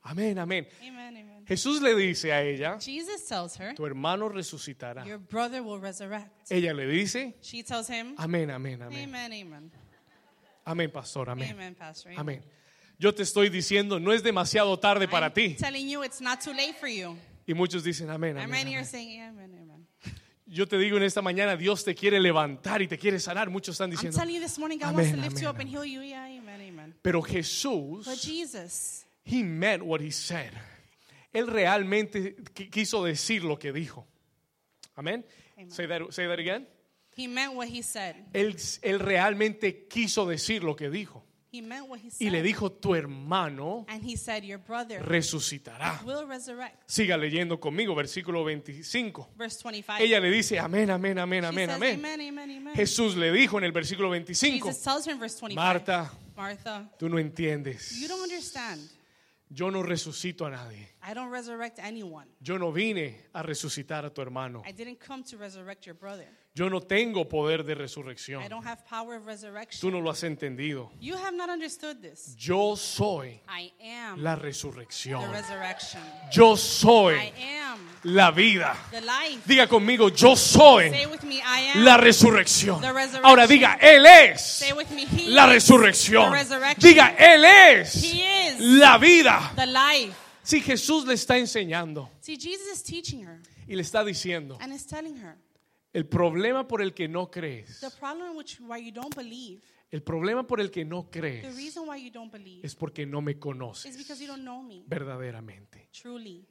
Speaker 1: amén, amén?
Speaker 2: amen, amen.
Speaker 1: Jesús le dice a ella,
Speaker 2: Jesus tells her,
Speaker 1: tu hermano resucitará.
Speaker 2: Your brother will resurrect.
Speaker 1: Ella le dice,
Speaker 2: She tells him,
Speaker 1: amén, amén, Eh. Ah, amén.
Speaker 2: Amen, amen.
Speaker 1: Amén, pastor, amén.
Speaker 2: Amen, Pastor. amen."
Speaker 1: Amén. Yo te estoy diciendo, no es demasiado tarde para
Speaker 2: I'm
Speaker 1: ti.
Speaker 2: telling you, it's not too late for you.
Speaker 1: Y muchos dicen, amén,
Speaker 2: I'm
Speaker 1: amén.
Speaker 2: right here
Speaker 1: amén.
Speaker 2: saying, Amen, amen.
Speaker 1: Yo te digo en esta mañana, Dios te quiere levantar y te quiere sanar. Muchos están
Speaker 2: I'm
Speaker 1: diciendo,
Speaker 2: telling you this morning, God wants to
Speaker 1: Amén,
Speaker 2: lift
Speaker 1: amén,
Speaker 2: you up and
Speaker 1: amén.
Speaker 2: heal you. Yeah, amen, amen.
Speaker 1: pero
Speaker 2: But
Speaker 1: Jesús,
Speaker 2: Jesus,
Speaker 1: he meant what he said. Él realmente qui- quiso decir lo que dijo. Amén.
Speaker 2: Amen.
Speaker 1: Say that, say that again.
Speaker 2: He meant what He said.
Speaker 1: Él, él realmente quiso decir lo que dijo.
Speaker 2: He meant what He said.
Speaker 1: Y le dijo, tu hermano
Speaker 2: and He said, Your brother
Speaker 1: resucitará.
Speaker 2: will resurrect.
Speaker 1: Siga leyendo conmigo, versículo 25.
Speaker 2: Verse 25.
Speaker 1: Ella le dice, amén, amén, amén,
Speaker 2: She
Speaker 1: amén,
Speaker 2: says,
Speaker 1: amén.
Speaker 2: amen, amen, amen.
Speaker 1: Jesús le dijo en el versículo 25,
Speaker 2: Jesus tells her in verse 25,
Speaker 1: Marta,
Speaker 2: Martha,
Speaker 1: tú no entiendes.
Speaker 2: you don't understand.
Speaker 1: Yo no resucito a nadie.
Speaker 2: I don't resurrect anyone.
Speaker 1: Yo no vine a resucitar a tu hermano.
Speaker 2: I didn't come to resurrect your brother.
Speaker 1: Yo no tengo poder de
Speaker 2: I
Speaker 1: resurrección.
Speaker 2: don't have power of
Speaker 1: Tú
Speaker 2: resurrection.
Speaker 1: no lo has entendido.
Speaker 2: You have not understood this.
Speaker 1: Yo soy
Speaker 2: I am
Speaker 1: la
Speaker 2: the
Speaker 1: resurrección.
Speaker 2: resurrection.
Speaker 1: Yo soy
Speaker 2: I am
Speaker 1: la vida.
Speaker 2: the life.
Speaker 1: Diga conmigo, yo soy
Speaker 2: Say with me, I am.
Speaker 1: la resurrección.
Speaker 2: The resurrection.
Speaker 1: Ahora diga, Él es
Speaker 2: Say with me, He
Speaker 1: la
Speaker 2: is
Speaker 1: resurrección.
Speaker 2: the resurrection.
Speaker 1: Diga, Él es
Speaker 2: He is.
Speaker 1: la vida.
Speaker 2: the life.
Speaker 1: Si Jesús le está enseñando
Speaker 2: See, Jesus is teaching her
Speaker 1: y le está diciendo,
Speaker 2: and is telling her
Speaker 1: el problema por el que no crees,
Speaker 2: the problem which why you don't believe,
Speaker 1: el problema por el que no
Speaker 2: the
Speaker 1: crees
Speaker 2: reason why you don't believe
Speaker 1: es porque no me
Speaker 2: is
Speaker 1: conoces
Speaker 2: because you don't know me
Speaker 1: verdaderamente.
Speaker 2: truly.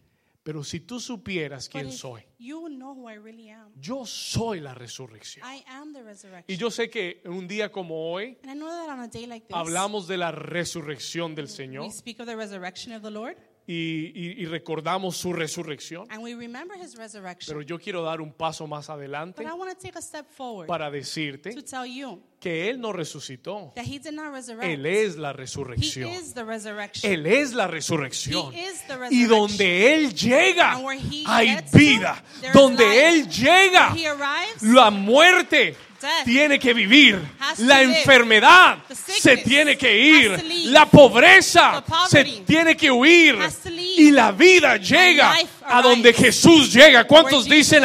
Speaker 1: Pero si tú supieras
Speaker 2: But
Speaker 1: quién
Speaker 2: if
Speaker 1: soy,
Speaker 2: You know who I really am.
Speaker 1: yo soy la resurrección.
Speaker 2: I am the resurrection.
Speaker 1: Y yo sé que en un día como hoy
Speaker 2: and I know that on a day like this,
Speaker 1: hablamos de la resurrección del Señor
Speaker 2: we speak of the resurrection of the Lord
Speaker 1: y, y- y recordamos su resurrección.
Speaker 2: and we remember his resurrection.
Speaker 1: Pero yo quiero dar un paso más adelante
Speaker 2: but I want to take a step forward
Speaker 1: para
Speaker 2: to
Speaker 1: decirte
Speaker 2: tell you
Speaker 1: que Él no resucitó.
Speaker 2: that he did not resurrect.
Speaker 1: Él es la
Speaker 2: he
Speaker 1: resurrección.
Speaker 2: is the resurrection.
Speaker 1: Él es la resurrección.
Speaker 2: He is the
Speaker 1: Y
Speaker 2: resurrection.
Speaker 1: donde Él llega,
Speaker 2: And where he
Speaker 1: hay
Speaker 2: gets to,
Speaker 1: vida.
Speaker 2: there's
Speaker 1: Donde
Speaker 2: life.
Speaker 1: Él llega,
Speaker 2: he arrives.
Speaker 1: la muerte
Speaker 2: Death
Speaker 1: tiene que vivir.
Speaker 2: has to
Speaker 1: La
Speaker 2: live.
Speaker 1: enfermedad
Speaker 2: The
Speaker 1: se
Speaker 2: sickness
Speaker 1: tiene que
Speaker 2: has to
Speaker 1: ir.
Speaker 2: leave.
Speaker 1: La pobreza
Speaker 2: The
Speaker 1: se
Speaker 2: poverty
Speaker 1: tiene que huir.
Speaker 2: has to leave.
Speaker 1: Y la vida llega
Speaker 2: life
Speaker 1: a donde
Speaker 2: arrives.
Speaker 1: Jesús llega. ¿Cuántos
Speaker 2: Jesus
Speaker 1: dicen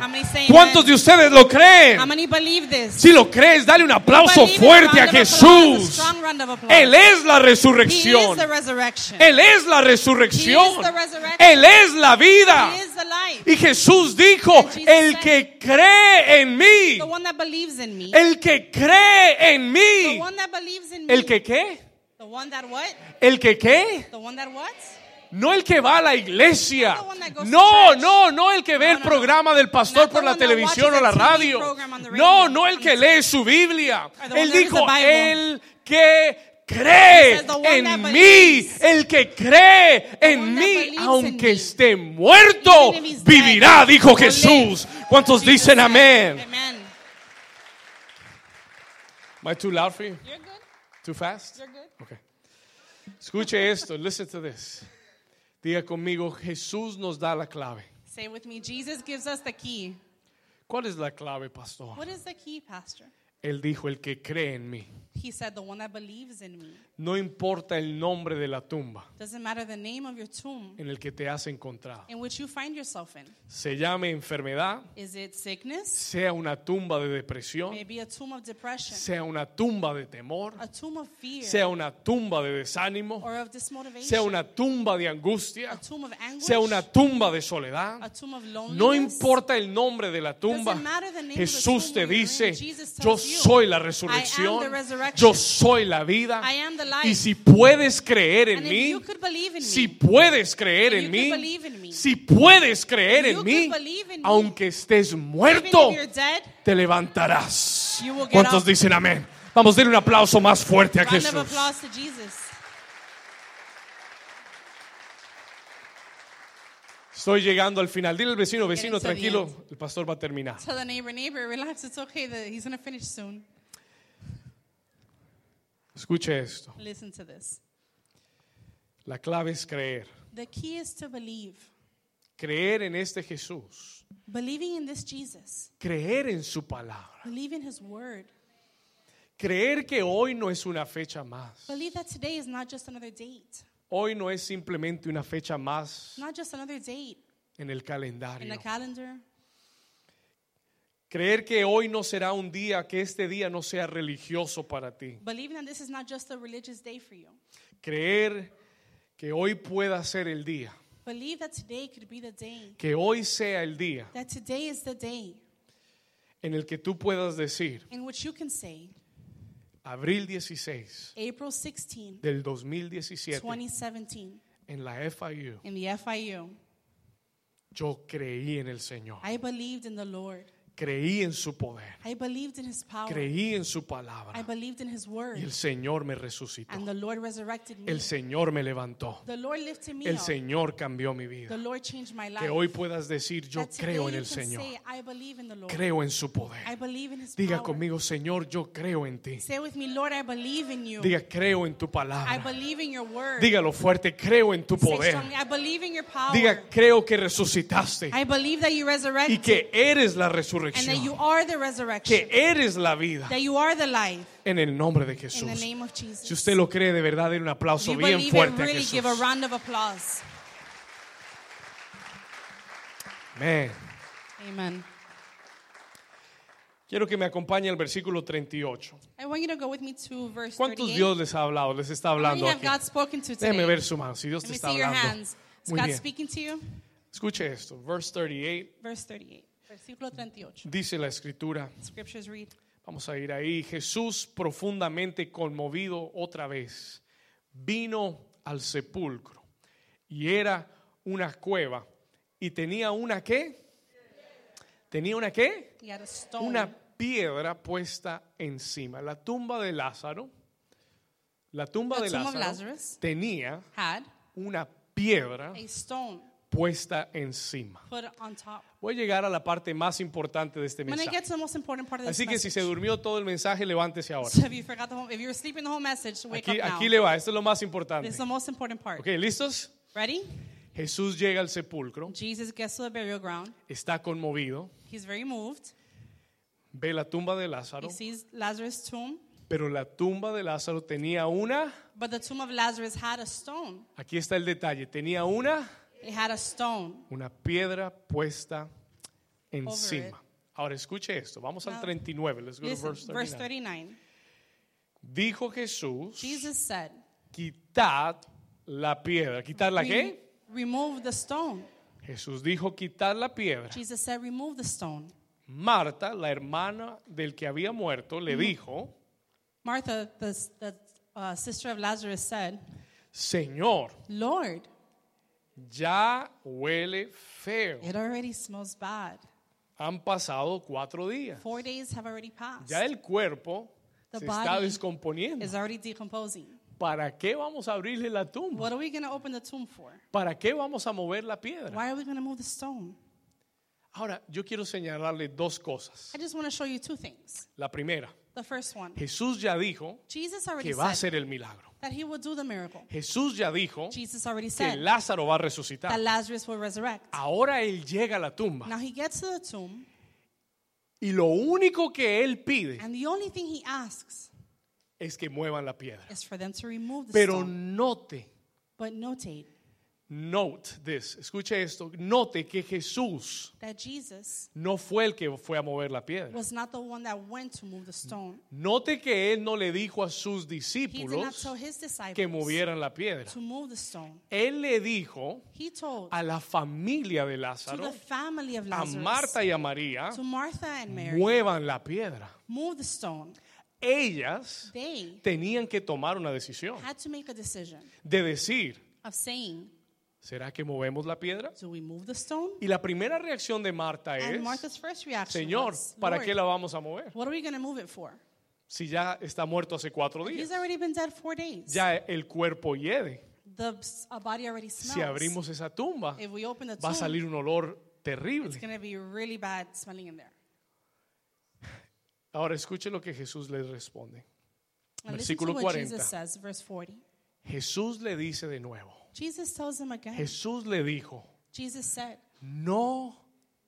Speaker 1: amén?
Speaker 2: How many say
Speaker 1: ¿Cuántos
Speaker 2: amen?
Speaker 1: de ustedes lo creen?
Speaker 2: How many believe this?
Speaker 1: Si lo crees, dale un aplauso
Speaker 2: Believe it.
Speaker 1: fuerte a
Speaker 2: Round of applause, a
Speaker 1: Jesús.
Speaker 2: strong round of applause.
Speaker 1: Él es la
Speaker 2: He is
Speaker 1: resurrección.
Speaker 2: the resurrection.
Speaker 1: Él es la resurrección.
Speaker 2: He is the resurrection.
Speaker 1: Él es la vida.
Speaker 2: He is the life.
Speaker 1: Y Jesús dijo,
Speaker 2: And Jesus
Speaker 1: el
Speaker 2: said,
Speaker 1: que cree en mí,
Speaker 2: The one that believes in me.
Speaker 1: el que cree en
Speaker 2: The
Speaker 1: mí,
Speaker 2: one that believes in me.
Speaker 1: el que qué,
Speaker 2: The one that what?
Speaker 1: el que qué,
Speaker 2: The one that what?
Speaker 1: no el que va a la iglesia,
Speaker 2: Not the one that goes to
Speaker 1: no,
Speaker 2: church.
Speaker 1: no, no el que ve
Speaker 2: No,
Speaker 1: el
Speaker 2: no, no.
Speaker 1: programa del pastor
Speaker 2: Not the
Speaker 1: por la
Speaker 2: one that
Speaker 1: televisión o
Speaker 2: watches
Speaker 1: la
Speaker 2: a TV
Speaker 1: radio,
Speaker 2: program on the radio.
Speaker 1: no, no el que lee su Biblia,
Speaker 2: Or the one
Speaker 1: él
Speaker 2: that reads
Speaker 1: dijo,
Speaker 2: the Bible.
Speaker 1: el que cree
Speaker 2: says, "The one that
Speaker 1: en mí,
Speaker 2: believes."
Speaker 1: el que cree en
Speaker 2: one that
Speaker 1: mí,
Speaker 2: believes in
Speaker 1: aunque
Speaker 2: me.
Speaker 1: esté muerto,
Speaker 2: Even if he's dead,
Speaker 1: vivirá, dijo
Speaker 2: will live.
Speaker 1: Jesús. ¿Cuántos
Speaker 2: Jesus
Speaker 1: dicen
Speaker 2: said,
Speaker 1: amén?
Speaker 2: Amen.
Speaker 1: Am I too loud for you?
Speaker 2: You're good.
Speaker 1: Too fast?
Speaker 2: You're good.
Speaker 1: Okay. Escuche esto, listen to this. Diga conmigo, Jesús nos da la clave.
Speaker 2: Say with me, Jesus gives us the key.
Speaker 1: ¿Cuál es la clave, pastor?
Speaker 2: What is the key, pastor?
Speaker 1: Él dijo, el que cree en mí.
Speaker 2: He said, the one that believes in me.
Speaker 1: No importa el nombre de la tumba
Speaker 2: Doesn't matter the name of your tomb
Speaker 1: en el que te has encontrado.
Speaker 2: in which you find yourself in.
Speaker 1: Se llame enfermedad,
Speaker 2: Is it sickness?
Speaker 1: sea una tumba de depresión,
Speaker 2: Maybe a tomb of depression,
Speaker 1: sea una tumba de temor,
Speaker 2: a tomb of fear,
Speaker 1: sea una tumba de desánimo,
Speaker 2: or of
Speaker 1: sea
Speaker 2: dismotivation,
Speaker 1: una tumba de
Speaker 2: a
Speaker 1: angustia,
Speaker 2: tomb of anguish,
Speaker 1: sea una tumba de
Speaker 2: a
Speaker 1: soledad.
Speaker 2: tomb of
Speaker 1: No
Speaker 2: loneliness.
Speaker 1: importa el nombre de la tumba.
Speaker 2: Doesn't matter the name of the
Speaker 1: Jesús
Speaker 2: tomb
Speaker 1: te
Speaker 2: you're in.
Speaker 1: dice,
Speaker 2: Jesus tells
Speaker 1: yo
Speaker 2: you,
Speaker 1: soy la
Speaker 2: I am the
Speaker 1: resurrección,
Speaker 2: resurrection.
Speaker 1: yo soy la vida.
Speaker 2: I am the life.
Speaker 1: Y si puedes creer en
Speaker 2: and if
Speaker 1: mí,
Speaker 2: you could believe in
Speaker 1: si
Speaker 2: me,
Speaker 1: puedes creer en
Speaker 2: and you could
Speaker 1: mí,
Speaker 2: believe in me,
Speaker 1: si puedes creer
Speaker 2: you
Speaker 1: en
Speaker 2: could
Speaker 1: mí,
Speaker 2: believe in me,
Speaker 1: aunque estés
Speaker 2: even
Speaker 1: muerto,
Speaker 2: if you're dead,
Speaker 1: te levantarás.
Speaker 2: you will get
Speaker 1: ¿Cuántos
Speaker 2: up.
Speaker 1: dicen amén? Vamos a darle un aplauso más fuerte a
Speaker 2: round of
Speaker 1: Jesús.
Speaker 2: applause to Jesus.
Speaker 1: Estoy llegando al final. Dile al vecino, vecino,
Speaker 2: Getting to the
Speaker 1: tranquilo, el pastor va a terminar.
Speaker 2: Tell the neighbor, neighbor, relax, it's okay, the, he's going to finish soon.
Speaker 1: Escuche esto.
Speaker 2: Listen to this.
Speaker 1: La clave es creer.
Speaker 2: The key is to believe.
Speaker 1: Creer en este Jesús.
Speaker 2: Believing in this Jesus,
Speaker 1: Creer en su palabra.
Speaker 2: believe in his word,
Speaker 1: Creer que hoy no es una fecha más.
Speaker 2: believe that today is not just another date,
Speaker 1: Hoy no es simplemente una fecha más
Speaker 2: not just another date
Speaker 1: en el
Speaker 2: in the
Speaker 1: calendario.
Speaker 2: calendar.
Speaker 1: Creer que hoy no será un día, que este día no sea religioso para ti.
Speaker 2: Believing that this is not just a religious day for you.
Speaker 1: Creer que hoy pueda ser el día
Speaker 2: Believe that today could be the day.
Speaker 1: Que hoy sea el día
Speaker 2: That today is the day
Speaker 1: en el que tú puedas decir,
Speaker 2: in which you can say,
Speaker 1: abril 16
Speaker 2: April 16,
Speaker 1: del 2017,
Speaker 2: 2017,
Speaker 1: en la FIU,
Speaker 2: in the FIU,
Speaker 1: yo creí en el Señor,
Speaker 2: I believed in the Lord.
Speaker 1: creí en su poder,
Speaker 2: I believed in his power.
Speaker 1: creí en su
Speaker 2: I
Speaker 1: palabra
Speaker 2: believed in his word.
Speaker 1: y el Señor me resucitó,
Speaker 2: And the Lord resurrected me.
Speaker 1: el Señor me levantó,
Speaker 2: the Lord lifted me
Speaker 1: el
Speaker 2: up.
Speaker 1: Señor cambió mi
Speaker 2: The
Speaker 1: vida.
Speaker 2: Lord changed my life.
Speaker 1: Que hoy puedas decir, yo
Speaker 2: That today
Speaker 1: creo en
Speaker 2: you
Speaker 1: el
Speaker 2: can
Speaker 1: Señor,
Speaker 2: Say, I believe in the Lord.
Speaker 1: creo en su poder.
Speaker 2: I believe in his
Speaker 1: Diga
Speaker 2: power.
Speaker 1: conmigo, Señor, yo creo en ti.
Speaker 2: Say with me, Lord, I believe in you.
Speaker 1: Diga, creo en tu
Speaker 2: I
Speaker 1: palabra.
Speaker 2: believe in your word.
Speaker 1: Dígalo fuerte, creo en tu
Speaker 2: Say
Speaker 1: poder.
Speaker 2: strongly, I believe in your power.
Speaker 1: Diga, creo que resucitaste
Speaker 2: I believe that you
Speaker 1: y
Speaker 2: resurrected
Speaker 1: que eres la
Speaker 2: and that you
Speaker 1: resurrección,
Speaker 2: are the resurrection,
Speaker 1: que eres la vida
Speaker 2: that you are the life.
Speaker 1: en el nombre de
Speaker 2: In the
Speaker 1: Jesús.
Speaker 2: name of Jesus.
Speaker 1: Si usted lo cree de verdad, denle un
Speaker 2: If you
Speaker 1: aplauso bien
Speaker 2: believe it,
Speaker 1: fuerte a
Speaker 2: really give a
Speaker 1: Jesús.
Speaker 2: round of applause.
Speaker 1: Amén.
Speaker 2: Amen.
Speaker 1: Quiero que me acompañe al versículo 38.
Speaker 2: I want you to go with me to verse
Speaker 1: ¿Cuántos
Speaker 2: 38.
Speaker 1: Dios les ha hablado? Les está
Speaker 2: How many
Speaker 1: hablando
Speaker 2: have
Speaker 1: aquí.
Speaker 2: God spoken to today?
Speaker 1: Déjeme ver su mano, si Dios
Speaker 2: Let
Speaker 1: te
Speaker 2: me
Speaker 1: está
Speaker 2: see your
Speaker 1: hablando.
Speaker 2: hands. Is
Speaker 1: Muy
Speaker 2: God
Speaker 1: bien.
Speaker 2: speaking to you?
Speaker 1: Escuche esto. Verse 38
Speaker 2: Verse 38. Versículo 38.
Speaker 1: dice la escritura.
Speaker 2: Scriptures read.
Speaker 1: Vamos a ir ahí. Jesús, profundamente conmovido otra vez, vino al sepulcro y era una cueva y tenía una qué? Tenía una qué?
Speaker 2: He had a stone.
Speaker 1: Una piedra puesta encima. La tumba de Lázaro, la tumba
Speaker 2: The
Speaker 1: de
Speaker 2: tomb of
Speaker 1: Lázaro
Speaker 2: Lazarus.
Speaker 1: tenía
Speaker 2: Had
Speaker 1: una piedra
Speaker 2: a stone
Speaker 1: puesta encima.
Speaker 2: put on top.
Speaker 1: Voy a llegar a la parte más importante de este
Speaker 2: I'm going to
Speaker 1: mensaje.
Speaker 2: get to the most important part of this
Speaker 1: Así que si se
Speaker 2: message.
Speaker 1: durmió todo el mensaje, levántese ahora.
Speaker 2: So if you forgot the whole, if you were sleeping the whole message, wake
Speaker 1: Aquí,
Speaker 2: up now.
Speaker 1: aquí le va, esto es lo más
Speaker 2: This
Speaker 1: importante.
Speaker 2: is the most important part.
Speaker 1: Ok, ¿listos?
Speaker 2: Ready?
Speaker 1: Jesús llega al sepulcro,
Speaker 2: Jesus gets to the burial ground.
Speaker 1: está conmovido,
Speaker 2: He's very moved.
Speaker 1: ve la tumba de Lázaro,
Speaker 2: He sees Lazarus' tomb,
Speaker 1: pero la tumba de Lázaro tenía una,
Speaker 2: but the tomb of Lazarus had a stone.
Speaker 1: aquí está el detalle, tenía una,
Speaker 2: It had a stone.
Speaker 1: una piedra puesta
Speaker 2: Over it.
Speaker 1: encima. Ahora escuche esto, vamos al
Speaker 2: Now,
Speaker 1: 39, let's go to
Speaker 2: Listen,
Speaker 1: verse
Speaker 2: verse
Speaker 1: 39.
Speaker 2: 39.
Speaker 1: Dijo Jesús,
Speaker 2: Jesus said,
Speaker 1: quitad la piedra, ¿quitad la
Speaker 2: "Rem-
Speaker 1: qué?
Speaker 2: Remove the stone.
Speaker 1: Jesús dijo, quitad la piedra.
Speaker 2: Jesus said, Remove the stone.
Speaker 1: Marta, la hermana del que había muerto, le dijo,
Speaker 2: Martha, the, the uh, sister of Lazarus, said,
Speaker 1: Señor,
Speaker 2: Lord,
Speaker 1: ya huele feo.
Speaker 2: it already smells bad.
Speaker 1: Han pasado cuatro días.
Speaker 2: Four days have already passed.
Speaker 1: Ya el cuerpo
Speaker 2: The
Speaker 1: se está
Speaker 2: body
Speaker 1: descomponiendo.
Speaker 2: It's already decomposing.
Speaker 1: ¿Para qué vamos a abrirle la tumba?
Speaker 2: What are we going to open the tomb for?
Speaker 1: ¿Para qué vamos a mover la piedra?
Speaker 2: Why are we going to move the stone?
Speaker 1: Ahora, yo quiero señalarle dos cosas.
Speaker 2: I just want to show you two things.
Speaker 1: La primera,
Speaker 2: The first one,
Speaker 1: Jesús ya dijo
Speaker 2: Jesus already
Speaker 1: que va a
Speaker 2: said
Speaker 1: hacer el milagro.
Speaker 2: that he will do the miracle.
Speaker 1: Jesús ya dijo
Speaker 2: Jesus already
Speaker 1: que
Speaker 2: said
Speaker 1: Lázaro va a resucitar.
Speaker 2: that Lazarus will resurrect.
Speaker 1: Ahora él llega a la tumba
Speaker 2: Now he gets to the tomb,
Speaker 1: y lo único que él pide
Speaker 2: and the only thing he asks
Speaker 1: es que muevan la piedra.
Speaker 2: is for them to remove the
Speaker 1: Pero
Speaker 2: stone.
Speaker 1: note
Speaker 2: But notate
Speaker 1: Note this, escuche esto, note que Jesús
Speaker 2: that Jesus
Speaker 1: no fue el que fue a mover la piedra.
Speaker 2: was not the one that went to move the stone.
Speaker 1: Note que él no le dijo a sus
Speaker 2: He did not
Speaker 1: discípulos
Speaker 2: tell his
Speaker 1: que
Speaker 2: disciples
Speaker 1: movieran la piedra.
Speaker 2: to move the stone.
Speaker 1: Él le dijo
Speaker 2: He told
Speaker 1: a la familia de
Speaker 2: to
Speaker 1: Lázaro,
Speaker 2: the family of
Speaker 1: a
Speaker 2: Lazarus,
Speaker 1: Marta y a María,
Speaker 2: to Martha and Mary,
Speaker 1: muevan la piedra.
Speaker 2: move the stone.
Speaker 1: Ellas
Speaker 2: They
Speaker 1: tenían que tomar una decisión
Speaker 2: had to make a decision
Speaker 1: de decir,
Speaker 2: of saying,
Speaker 1: ¿será que movemos la piedra?
Speaker 2: do we move the stone?
Speaker 1: Y la primera reacción de Marta
Speaker 2: And
Speaker 1: es,
Speaker 2: Martha's first reaction
Speaker 1: Señor,
Speaker 2: was,
Speaker 1: ¿para
Speaker 2: "Lord,
Speaker 1: qué la vamos a mover?
Speaker 2: what are we going to move it for?
Speaker 1: Si ya está muerto hace cuatro días.
Speaker 2: He's already been dead four days.
Speaker 1: ya el cuerpo hiede.
Speaker 2: The a body already smells.
Speaker 1: Si abrimos esa tumba,
Speaker 2: if we open the
Speaker 1: va
Speaker 2: tomb,
Speaker 1: a salir un olor
Speaker 2: it's
Speaker 1: terrible.
Speaker 2: going to be really bad smelling in there.
Speaker 1: Ahora escuche lo que Jesús les responde.
Speaker 2: And listen to
Speaker 1: Versículo
Speaker 2: what
Speaker 1: 40.
Speaker 2: Jesus says, verse 40.
Speaker 1: Jesús le dice de nuevo,
Speaker 2: Jesus tells him again.
Speaker 1: Jesús le dijo,
Speaker 2: Jesus said,
Speaker 1: no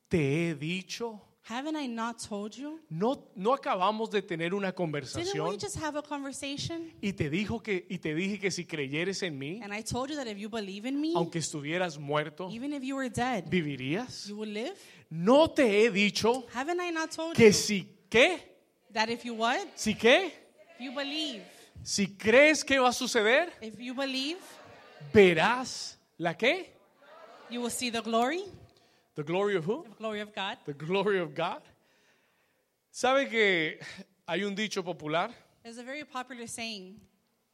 Speaker 1: te he dicho,
Speaker 2: haven't I not told you?
Speaker 1: no, no acabamos de tener una
Speaker 2: Didn't we
Speaker 1: conversación
Speaker 2: just have a conversation?
Speaker 1: y te, dijo que, y te dije que si creyeres en mí,
Speaker 2: And I told you that if you believe in me,
Speaker 1: aunque estuvieras muerto,
Speaker 2: even if you were dead,
Speaker 1: vivirías.
Speaker 2: you will live?
Speaker 1: No te he dicho
Speaker 2: Haven't I not told
Speaker 1: que
Speaker 2: you
Speaker 1: si qué,
Speaker 2: that if you what?
Speaker 1: si qué,
Speaker 2: If you believe,
Speaker 1: si crees que va a suceder,
Speaker 2: if you believe,
Speaker 1: verás la qué?
Speaker 2: You will see the glory,
Speaker 1: The glory of who?
Speaker 2: the glory of God.
Speaker 1: The glory of God. ¿Sabe que hay un dicho popular?
Speaker 2: There's a very popular saying.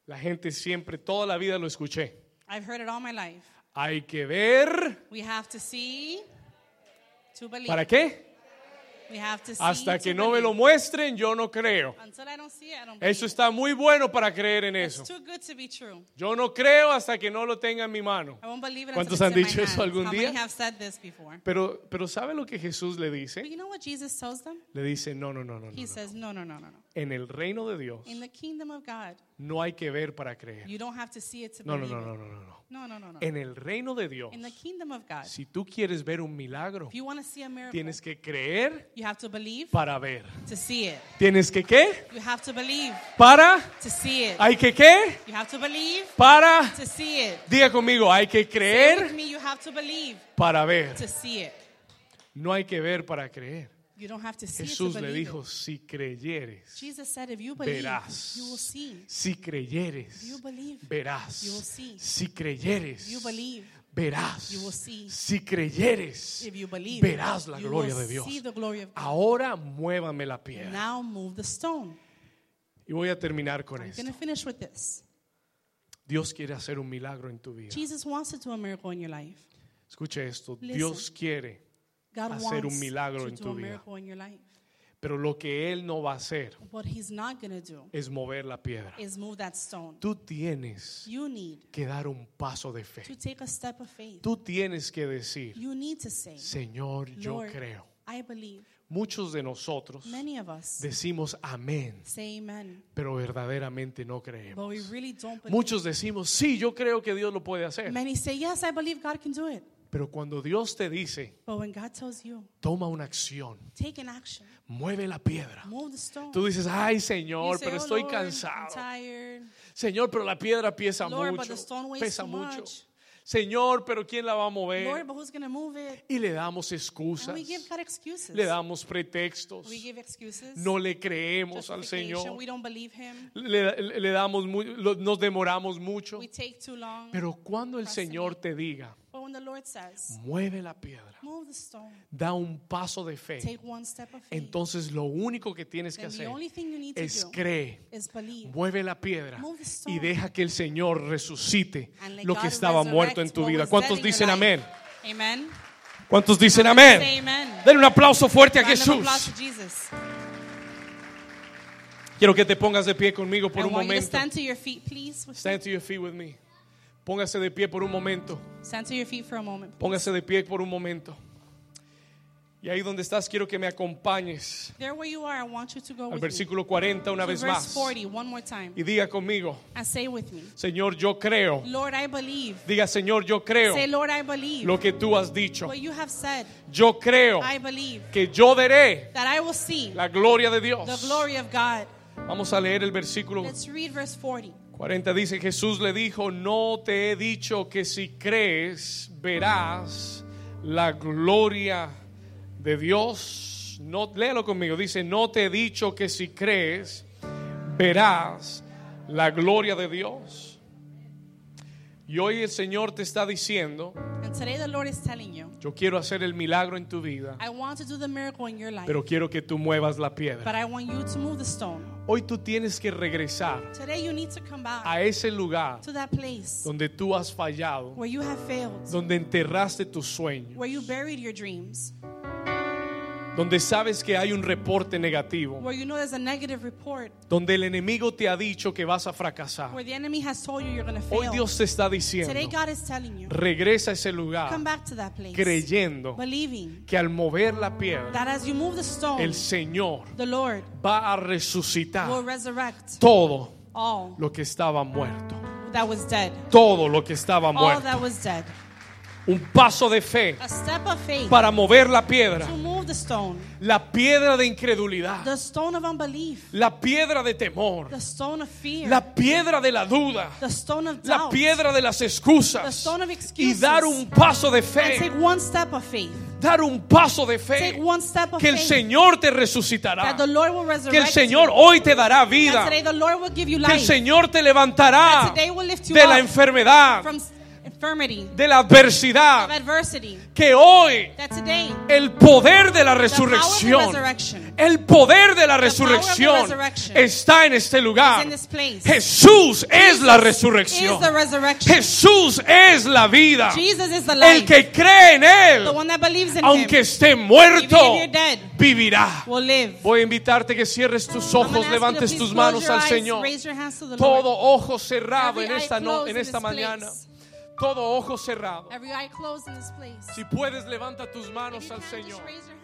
Speaker 1: La gente siempre, toda la vida lo escuché.
Speaker 2: I've heard it all my life.
Speaker 1: Hay que ver.
Speaker 2: We have to see to believe.
Speaker 1: ¿Para qué?
Speaker 2: We have to see
Speaker 1: Hasta
Speaker 2: to
Speaker 1: que no me
Speaker 2: believe.
Speaker 1: lo muestren, yo no creo.
Speaker 2: Until I don't see it, I don't believe.
Speaker 1: Eso está muy bueno para creer en
Speaker 2: It's
Speaker 1: eso.
Speaker 2: too good to be true.
Speaker 1: Yo no creo hasta que no lo tenga en mi mano.
Speaker 2: I won't believe it
Speaker 1: ¿Cuántos
Speaker 2: until
Speaker 1: han
Speaker 2: it's in my
Speaker 1: dicho eso
Speaker 2: hands.
Speaker 1: algún
Speaker 2: How
Speaker 1: día?
Speaker 2: many have said this before?
Speaker 1: Pero, pero ¿sabe lo que Jesús le
Speaker 2: But
Speaker 1: dice?
Speaker 2: you know what Jesus tells them?
Speaker 1: Le dice, no, no, no, no. no,
Speaker 2: He
Speaker 1: no.
Speaker 2: says, no, no, no, no, no.
Speaker 1: En el reino de Dios
Speaker 2: In the kingdom of God,
Speaker 1: no hay que ver para creer.
Speaker 2: you don't have to see it to
Speaker 1: No, no,
Speaker 2: believe
Speaker 1: no,
Speaker 2: it.
Speaker 1: no, no, no. no.
Speaker 2: No, no, no, no.
Speaker 1: En el reino de Dios,
Speaker 2: In the kingdom of God,
Speaker 1: si tú quieres ver un milagro,
Speaker 2: if you want to see a miracle,
Speaker 1: tienes que creer
Speaker 2: you have to believe
Speaker 1: para ver.
Speaker 2: to see it.
Speaker 1: ¿Tienes que qué?
Speaker 2: You have to believe
Speaker 1: Para.
Speaker 2: to see it.
Speaker 1: ¿Hay que qué?
Speaker 2: You have to believe
Speaker 1: Para.
Speaker 2: to see it.
Speaker 1: Diga conmigo, hay que
Speaker 2: Stay With
Speaker 1: creer
Speaker 2: me, you have to believe
Speaker 1: para ver.
Speaker 2: to see it.
Speaker 1: No hay que ver para creer.
Speaker 2: You don't have to see
Speaker 1: Jesús
Speaker 2: it to
Speaker 1: le
Speaker 2: believe
Speaker 1: dijo,
Speaker 2: it.
Speaker 1: si creyeres,
Speaker 2: Jesus said, if you believe, you will
Speaker 1: verás.
Speaker 2: see.
Speaker 1: Si
Speaker 2: If you
Speaker 1: creyeres,
Speaker 2: believe,
Speaker 1: verás.
Speaker 2: you will see.
Speaker 1: Si creyeres,
Speaker 2: if you believe,
Speaker 1: verás.
Speaker 2: you will see.
Speaker 1: Si creyeres,
Speaker 2: if you believe,
Speaker 1: verás la
Speaker 2: you
Speaker 1: gloria
Speaker 2: will
Speaker 1: de Dios.
Speaker 2: see the glory of God.
Speaker 1: Ahora muévame la piedra.
Speaker 2: Now move the stone.
Speaker 1: Y voy a terminar con
Speaker 2: I'm going
Speaker 1: esto.
Speaker 2: to finish with this.
Speaker 1: Dios quiere hacer un milagro en tu vida.
Speaker 2: Jesus wants to do a miracle in your life.
Speaker 1: Escuche esto.
Speaker 2: Listen.
Speaker 1: Dios quiere,
Speaker 2: God
Speaker 1: Hacer un
Speaker 2: wants
Speaker 1: milagro
Speaker 2: to
Speaker 1: en
Speaker 2: do
Speaker 1: tu
Speaker 2: a
Speaker 1: vida.
Speaker 2: miracle in your life.
Speaker 1: pero lo que Él no va a hacer
Speaker 2: What he's not going to do
Speaker 1: es mover la piedra.
Speaker 2: is move that stone.
Speaker 1: Tú tienes
Speaker 2: You need
Speaker 1: que dar un paso de
Speaker 2: to
Speaker 1: fe.
Speaker 2: take a step of faith.
Speaker 1: Tú tienes que decir,
Speaker 2: You need to say,
Speaker 1: Señor, yo
Speaker 2: Lord,
Speaker 1: creo.
Speaker 2: I believe.
Speaker 1: Muchos de nosotros
Speaker 2: Many of us
Speaker 1: decimos amén,
Speaker 2: say amen,
Speaker 1: pero verdaderamente no creemos.
Speaker 2: but we really don't believe.
Speaker 1: Muchos decimos, sí, yo creo que Dios lo puede hacer.
Speaker 2: Many say, yes, I believe God can do it.
Speaker 1: Pero cuando Dios te dice,
Speaker 2: But when God tells you,
Speaker 1: toma una acción,
Speaker 2: take an action,
Speaker 1: mueve la piedra.
Speaker 2: move the stone.
Speaker 1: Tú dices, ay
Speaker 2: You
Speaker 1: Señor,
Speaker 2: say,
Speaker 1: pero
Speaker 2: "Oh,
Speaker 1: estoy
Speaker 2: Lord, I'm
Speaker 1: cansado.
Speaker 2: tired.
Speaker 1: Señor, pero la piedra pesa
Speaker 2: Lord, but the stone
Speaker 1: mucho.
Speaker 2: weighs
Speaker 1: Pesa
Speaker 2: too
Speaker 1: mucho. Eh.
Speaker 2: much.
Speaker 1: Señor, pero ¿quién la va a
Speaker 2: Lord,
Speaker 1: mover?
Speaker 2: but who's going to move it?
Speaker 1: Y le damos
Speaker 2: And
Speaker 1: excusas,
Speaker 2: we give God excuses.
Speaker 1: le damos pretextos,
Speaker 2: We give excuses.
Speaker 1: no le creemos al
Speaker 2: justification.
Speaker 1: Señor,
Speaker 2: We don't believe him.
Speaker 1: le, le- le damos mu- lo- nos demoramos mucho.
Speaker 2: We take too long.
Speaker 1: Pero cuando el Señor te diga,
Speaker 2: but when the Lord says,
Speaker 1: mueve la piedra,
Speaker 2: move the stone,
Speaker 1: da un paso de fe,
Speaker 2: take one step of faith,
Speaker 1: Eh. entonces lo único que tienes que
Speaker 2: then the
Speaker 1: hacer
Speaker 2: only thing you need to
Speaker 1: es
Speaker 2: do
Speaker 1: cree.
Speaker 2: is believe.
Speaker 1: Mueve la piedra
Speaker 2: Move the stone.
Speaker 1: y deja que el Señor resucite
Speaker 2: And let
Speaker 1: lo que
Speaker 2: God
Speaker 1: estaba muerto en
Speaker 2: resurrect
Speaker 1: tu
Speaker 2: what
Speaker 1: vida.
Speaker 2: was
Speaker 1: ¿Cuántos
Speaker 2: dead in your
Speaker 1: dicen
Speaker 2: life?
Speaker 1: amén?
Speaker 2: Amen.
Speaker 1: ¿Cuántos dicen
Speaker 2: Say
Speaker 1: amén?
Speaker 2: amen.
Speaker 1: Denle un aplauso fuerte a
Speaker 2: Round of applause
Speaker 1: Jesús.
Speaker 2: to Jesus.
Speaker 1: Quiero que te pongas de pie conmigo por
Speaker 2: I
Speaker 1: un
Speaker 2: want you to
Speaker 1: momento.
Speaker 2: stand to your feet, please.
Speaker 1: Stand to your feet with me. Póngase de pie por un momento.
Speaker 2: Stand to your feet for a moment.
Speaker 1: Póngase de pie por un momento. Y ahí donde estás quiero que me acompañes
Speaker 2: There where you are, I want you to go
Speaker 1: al
Speaker 2: with me.
Speaker 1: versículo 40 una
Speaker 2: To
Speaker 1: vez
Speaker 2: verse
Speaker 1: más.
Speaker 2: 40, one more time.
Speaker 1: Y diga conmigo,
Speaker 2: And say with me,
Speaker 1: Señor, yo creo.
Speaker 2: Lord, I believe.
Speaker 1: Diga, Señor, yo creo
Speaker 2: Say, Lord, I believe.
Speaker 1: lo que tú has dicho.
Speaker 2: What you have said,
Speaker 1: Yo creo
Speaker 2: I believe.
Speaker 1: que yo daré
Speaker 2: That I will see
Speaker 1: la gloria de
Speaker 2: the
Speaker 1: Dios.
Speaker 2: glory of God.
Speaker 1: Vamos a leer el versículo
Speaker 2: Let's read verse 40.
Speaker 1: 40. Dice, Jesús le dijo, no te he dicho que si crees verás la gloria de Dios. No, léalo conmigo. Dice, no te he dicho que si crees verás la gloria de Dios. Y hoy el Señor te está diciendo,
Speaker 2: And today the Lord is telling you,
Speaker 1: yo quiero hacer el milagro en tu vida,
Speaker 2: I want to do the miracle in your life,
Speaker 1: pero quiero que tú muevas la
Speaker 2: but
Speaker 1: piedra.
Speaker 2: I want you to move the stone.
Speaker 1: Hoy tú tienes que regresar
Speaker 2: Today you need to come back
Speaker 1: a ese lugar
Speaker 2: to that place
Speaker 1: donde tú has fallado,
Speaker 2: where you have failed,
Speaker 1: donde enterraste tus sueños,
Speaker 2: where you buried your dreams,
Speaker 1: donde sabes que hay un reporte negativo,
Speaker 2: where you know there's a negative report,
Speaker 1: donde el enemigo te ha dicho que vas a fracasar.
Speaker 2: where the enemy has told you you're going to
Speaker 1: Hoy
Speaker 2: fail.
Speaker 1: Oh, Dios te está
Speaker 2: Today
Speaker 1: diciendo,
Speaker 2: God is telling you,
Speaker 1: regresa a ese
Speaker 2: come
Speaker 1: lugar
Speaker 2: back to that place,
Speaker 1: creyendo
Speaker 2: believing
Speaker 1: que al mover la piedra,
Speaker 2: that as you move the stone,
Speaker 1: el Señor
Speaker 2: the Lord
Speaker 1: va a
Speaker 2: will
Speaker 1: resucitar
Speaker 2: resurrect
Speaker 1: todo
Speaker 2: all
Speaker 1: lo que estaba muerto,
Speaker 2: that was dead.
Speaker 1: todo lo que estaba
Speaker 2: All
Speaker 1: muerto.
Speaker 2: that was dead.
Speaker 1: Un paso de fe
Speaker 2: A step of faith
Speaker 1: para mover la piedra,
Speaker 2: to move the stone,
Speaker 1: la piedra de incredulidad,
Speaker 2: the stone of unbelief,
Speaker 1: la piedra de temor.
Speaker 2: the stone of fear,
Speaker 1: la piedra de la duda,
Speaker 2: the stone of
Speaker 1: la
Speaker 2: doubt,
Speaker 1: piedra de las
Speaker 2: the
Speaker 1: excusas
Speaker 2: stone of
Speaker 1: y
Speaker 2: excuses.
Speaker 1: dar un paso de
Speaker 2: And
Speaker 1: fe,
Speaker 2: take one step of faith.
Speaker 1: dar un paso de
Speaker 2: Take
Speaker 1: fe,
Speaker 2: one step of
Speaker 1: que el
Speaker 2: faith
Speaker 1: Señor te
Speaker 2: that
Speaker 1: resucitará,
Speaker 2: the Lord will resurrect
Speaker 1: que el Señor
Speaker 2: you.
Speaker 1: hoy te dará
Speaker 2: That
Speaker 1: vida,
Speaker 2: today
Speaker 1: que
Speaker 2: the Lord will give you
Speaker 1: el
Speaker 2: life.
Speaker 1: Señor te levantará
Speaker 2: Today will lift you
Speaker 1: de la
Speaker 2: up
Speaker 1: enfermedad,
Speaker 2: from, from infirmity,
Speaker 1: de la
Speaker 2: of
Speaker 1: adversidad,
Speaker 2: adversity,
Speaker 1: que hoy
Speaker 2: that today
Speaker 1: el poder de la
Speaker 2: the power of the
Speaker 1: resurrección,
Speaker 2: resurrection
Speaker 1: el poder de la
Speaker 2: The power of the
Speaker 1: resurrección
Speaker 2: resurrection
Speaker 1: está en este
Speaker 2: is
Speaker 1: lugar.
Speaker 2: in this place.
Speaker 1: Ah. Jesús es la
Speaker 2: is
Speaker 1: resurrección.
Speaker 2: the resurrection.
Speaker 1: Jesús es la vida.
Speaker 2: Jesus is the
Speaker 1: El
Speaker 2: life.
Speaker 1: que cree en
Speaker 2: the
Speaker 1: Él,
Speaker 2: one that believes in
Speaker 1: aunque
Speaker 2: him
Speaker 1: esté muerto,
Speaker 2: you're dead,
Speaker 1: vivirá.
Speaker 2: will live.
Speaker 1: Voy a invitarte que cierres tus
Speaker 2: I'm
Speaker 1: ojos,
Speaker 2: gonna ask you to
Speaker 1: levantes
Speaker 2: please
Speaker 1: tus
Speaker 2: close
Speaker 1: manos
Speaker 2: your
Speaker 1: al
Speaker 2: eyes,
Speaker 1: Señor.
Speaker 2: raise your hands to the Lord.
Speaker 1: Todo ojo cerrado en
Speaker 2: Every eye
Speaker 1: esta, no-
Speaker 2: closed
Speaker 1: en
Speaker 2: in
Speaker 1: esta
Speaker 2: this
Speaker 1: mañana.
Speaker 2: place.
Speaker 1: Todo ojo cerrado.
Speaker 2: Every eye closed in this place.
Speaker 1: Si puedes, levanta tus
Speaker 2: If
Speaker 1: manos
Speaker 2: you
Speaker 1: al
Speaker 2: can, just
Speaker 1: Señor.
Speaker 2: raise your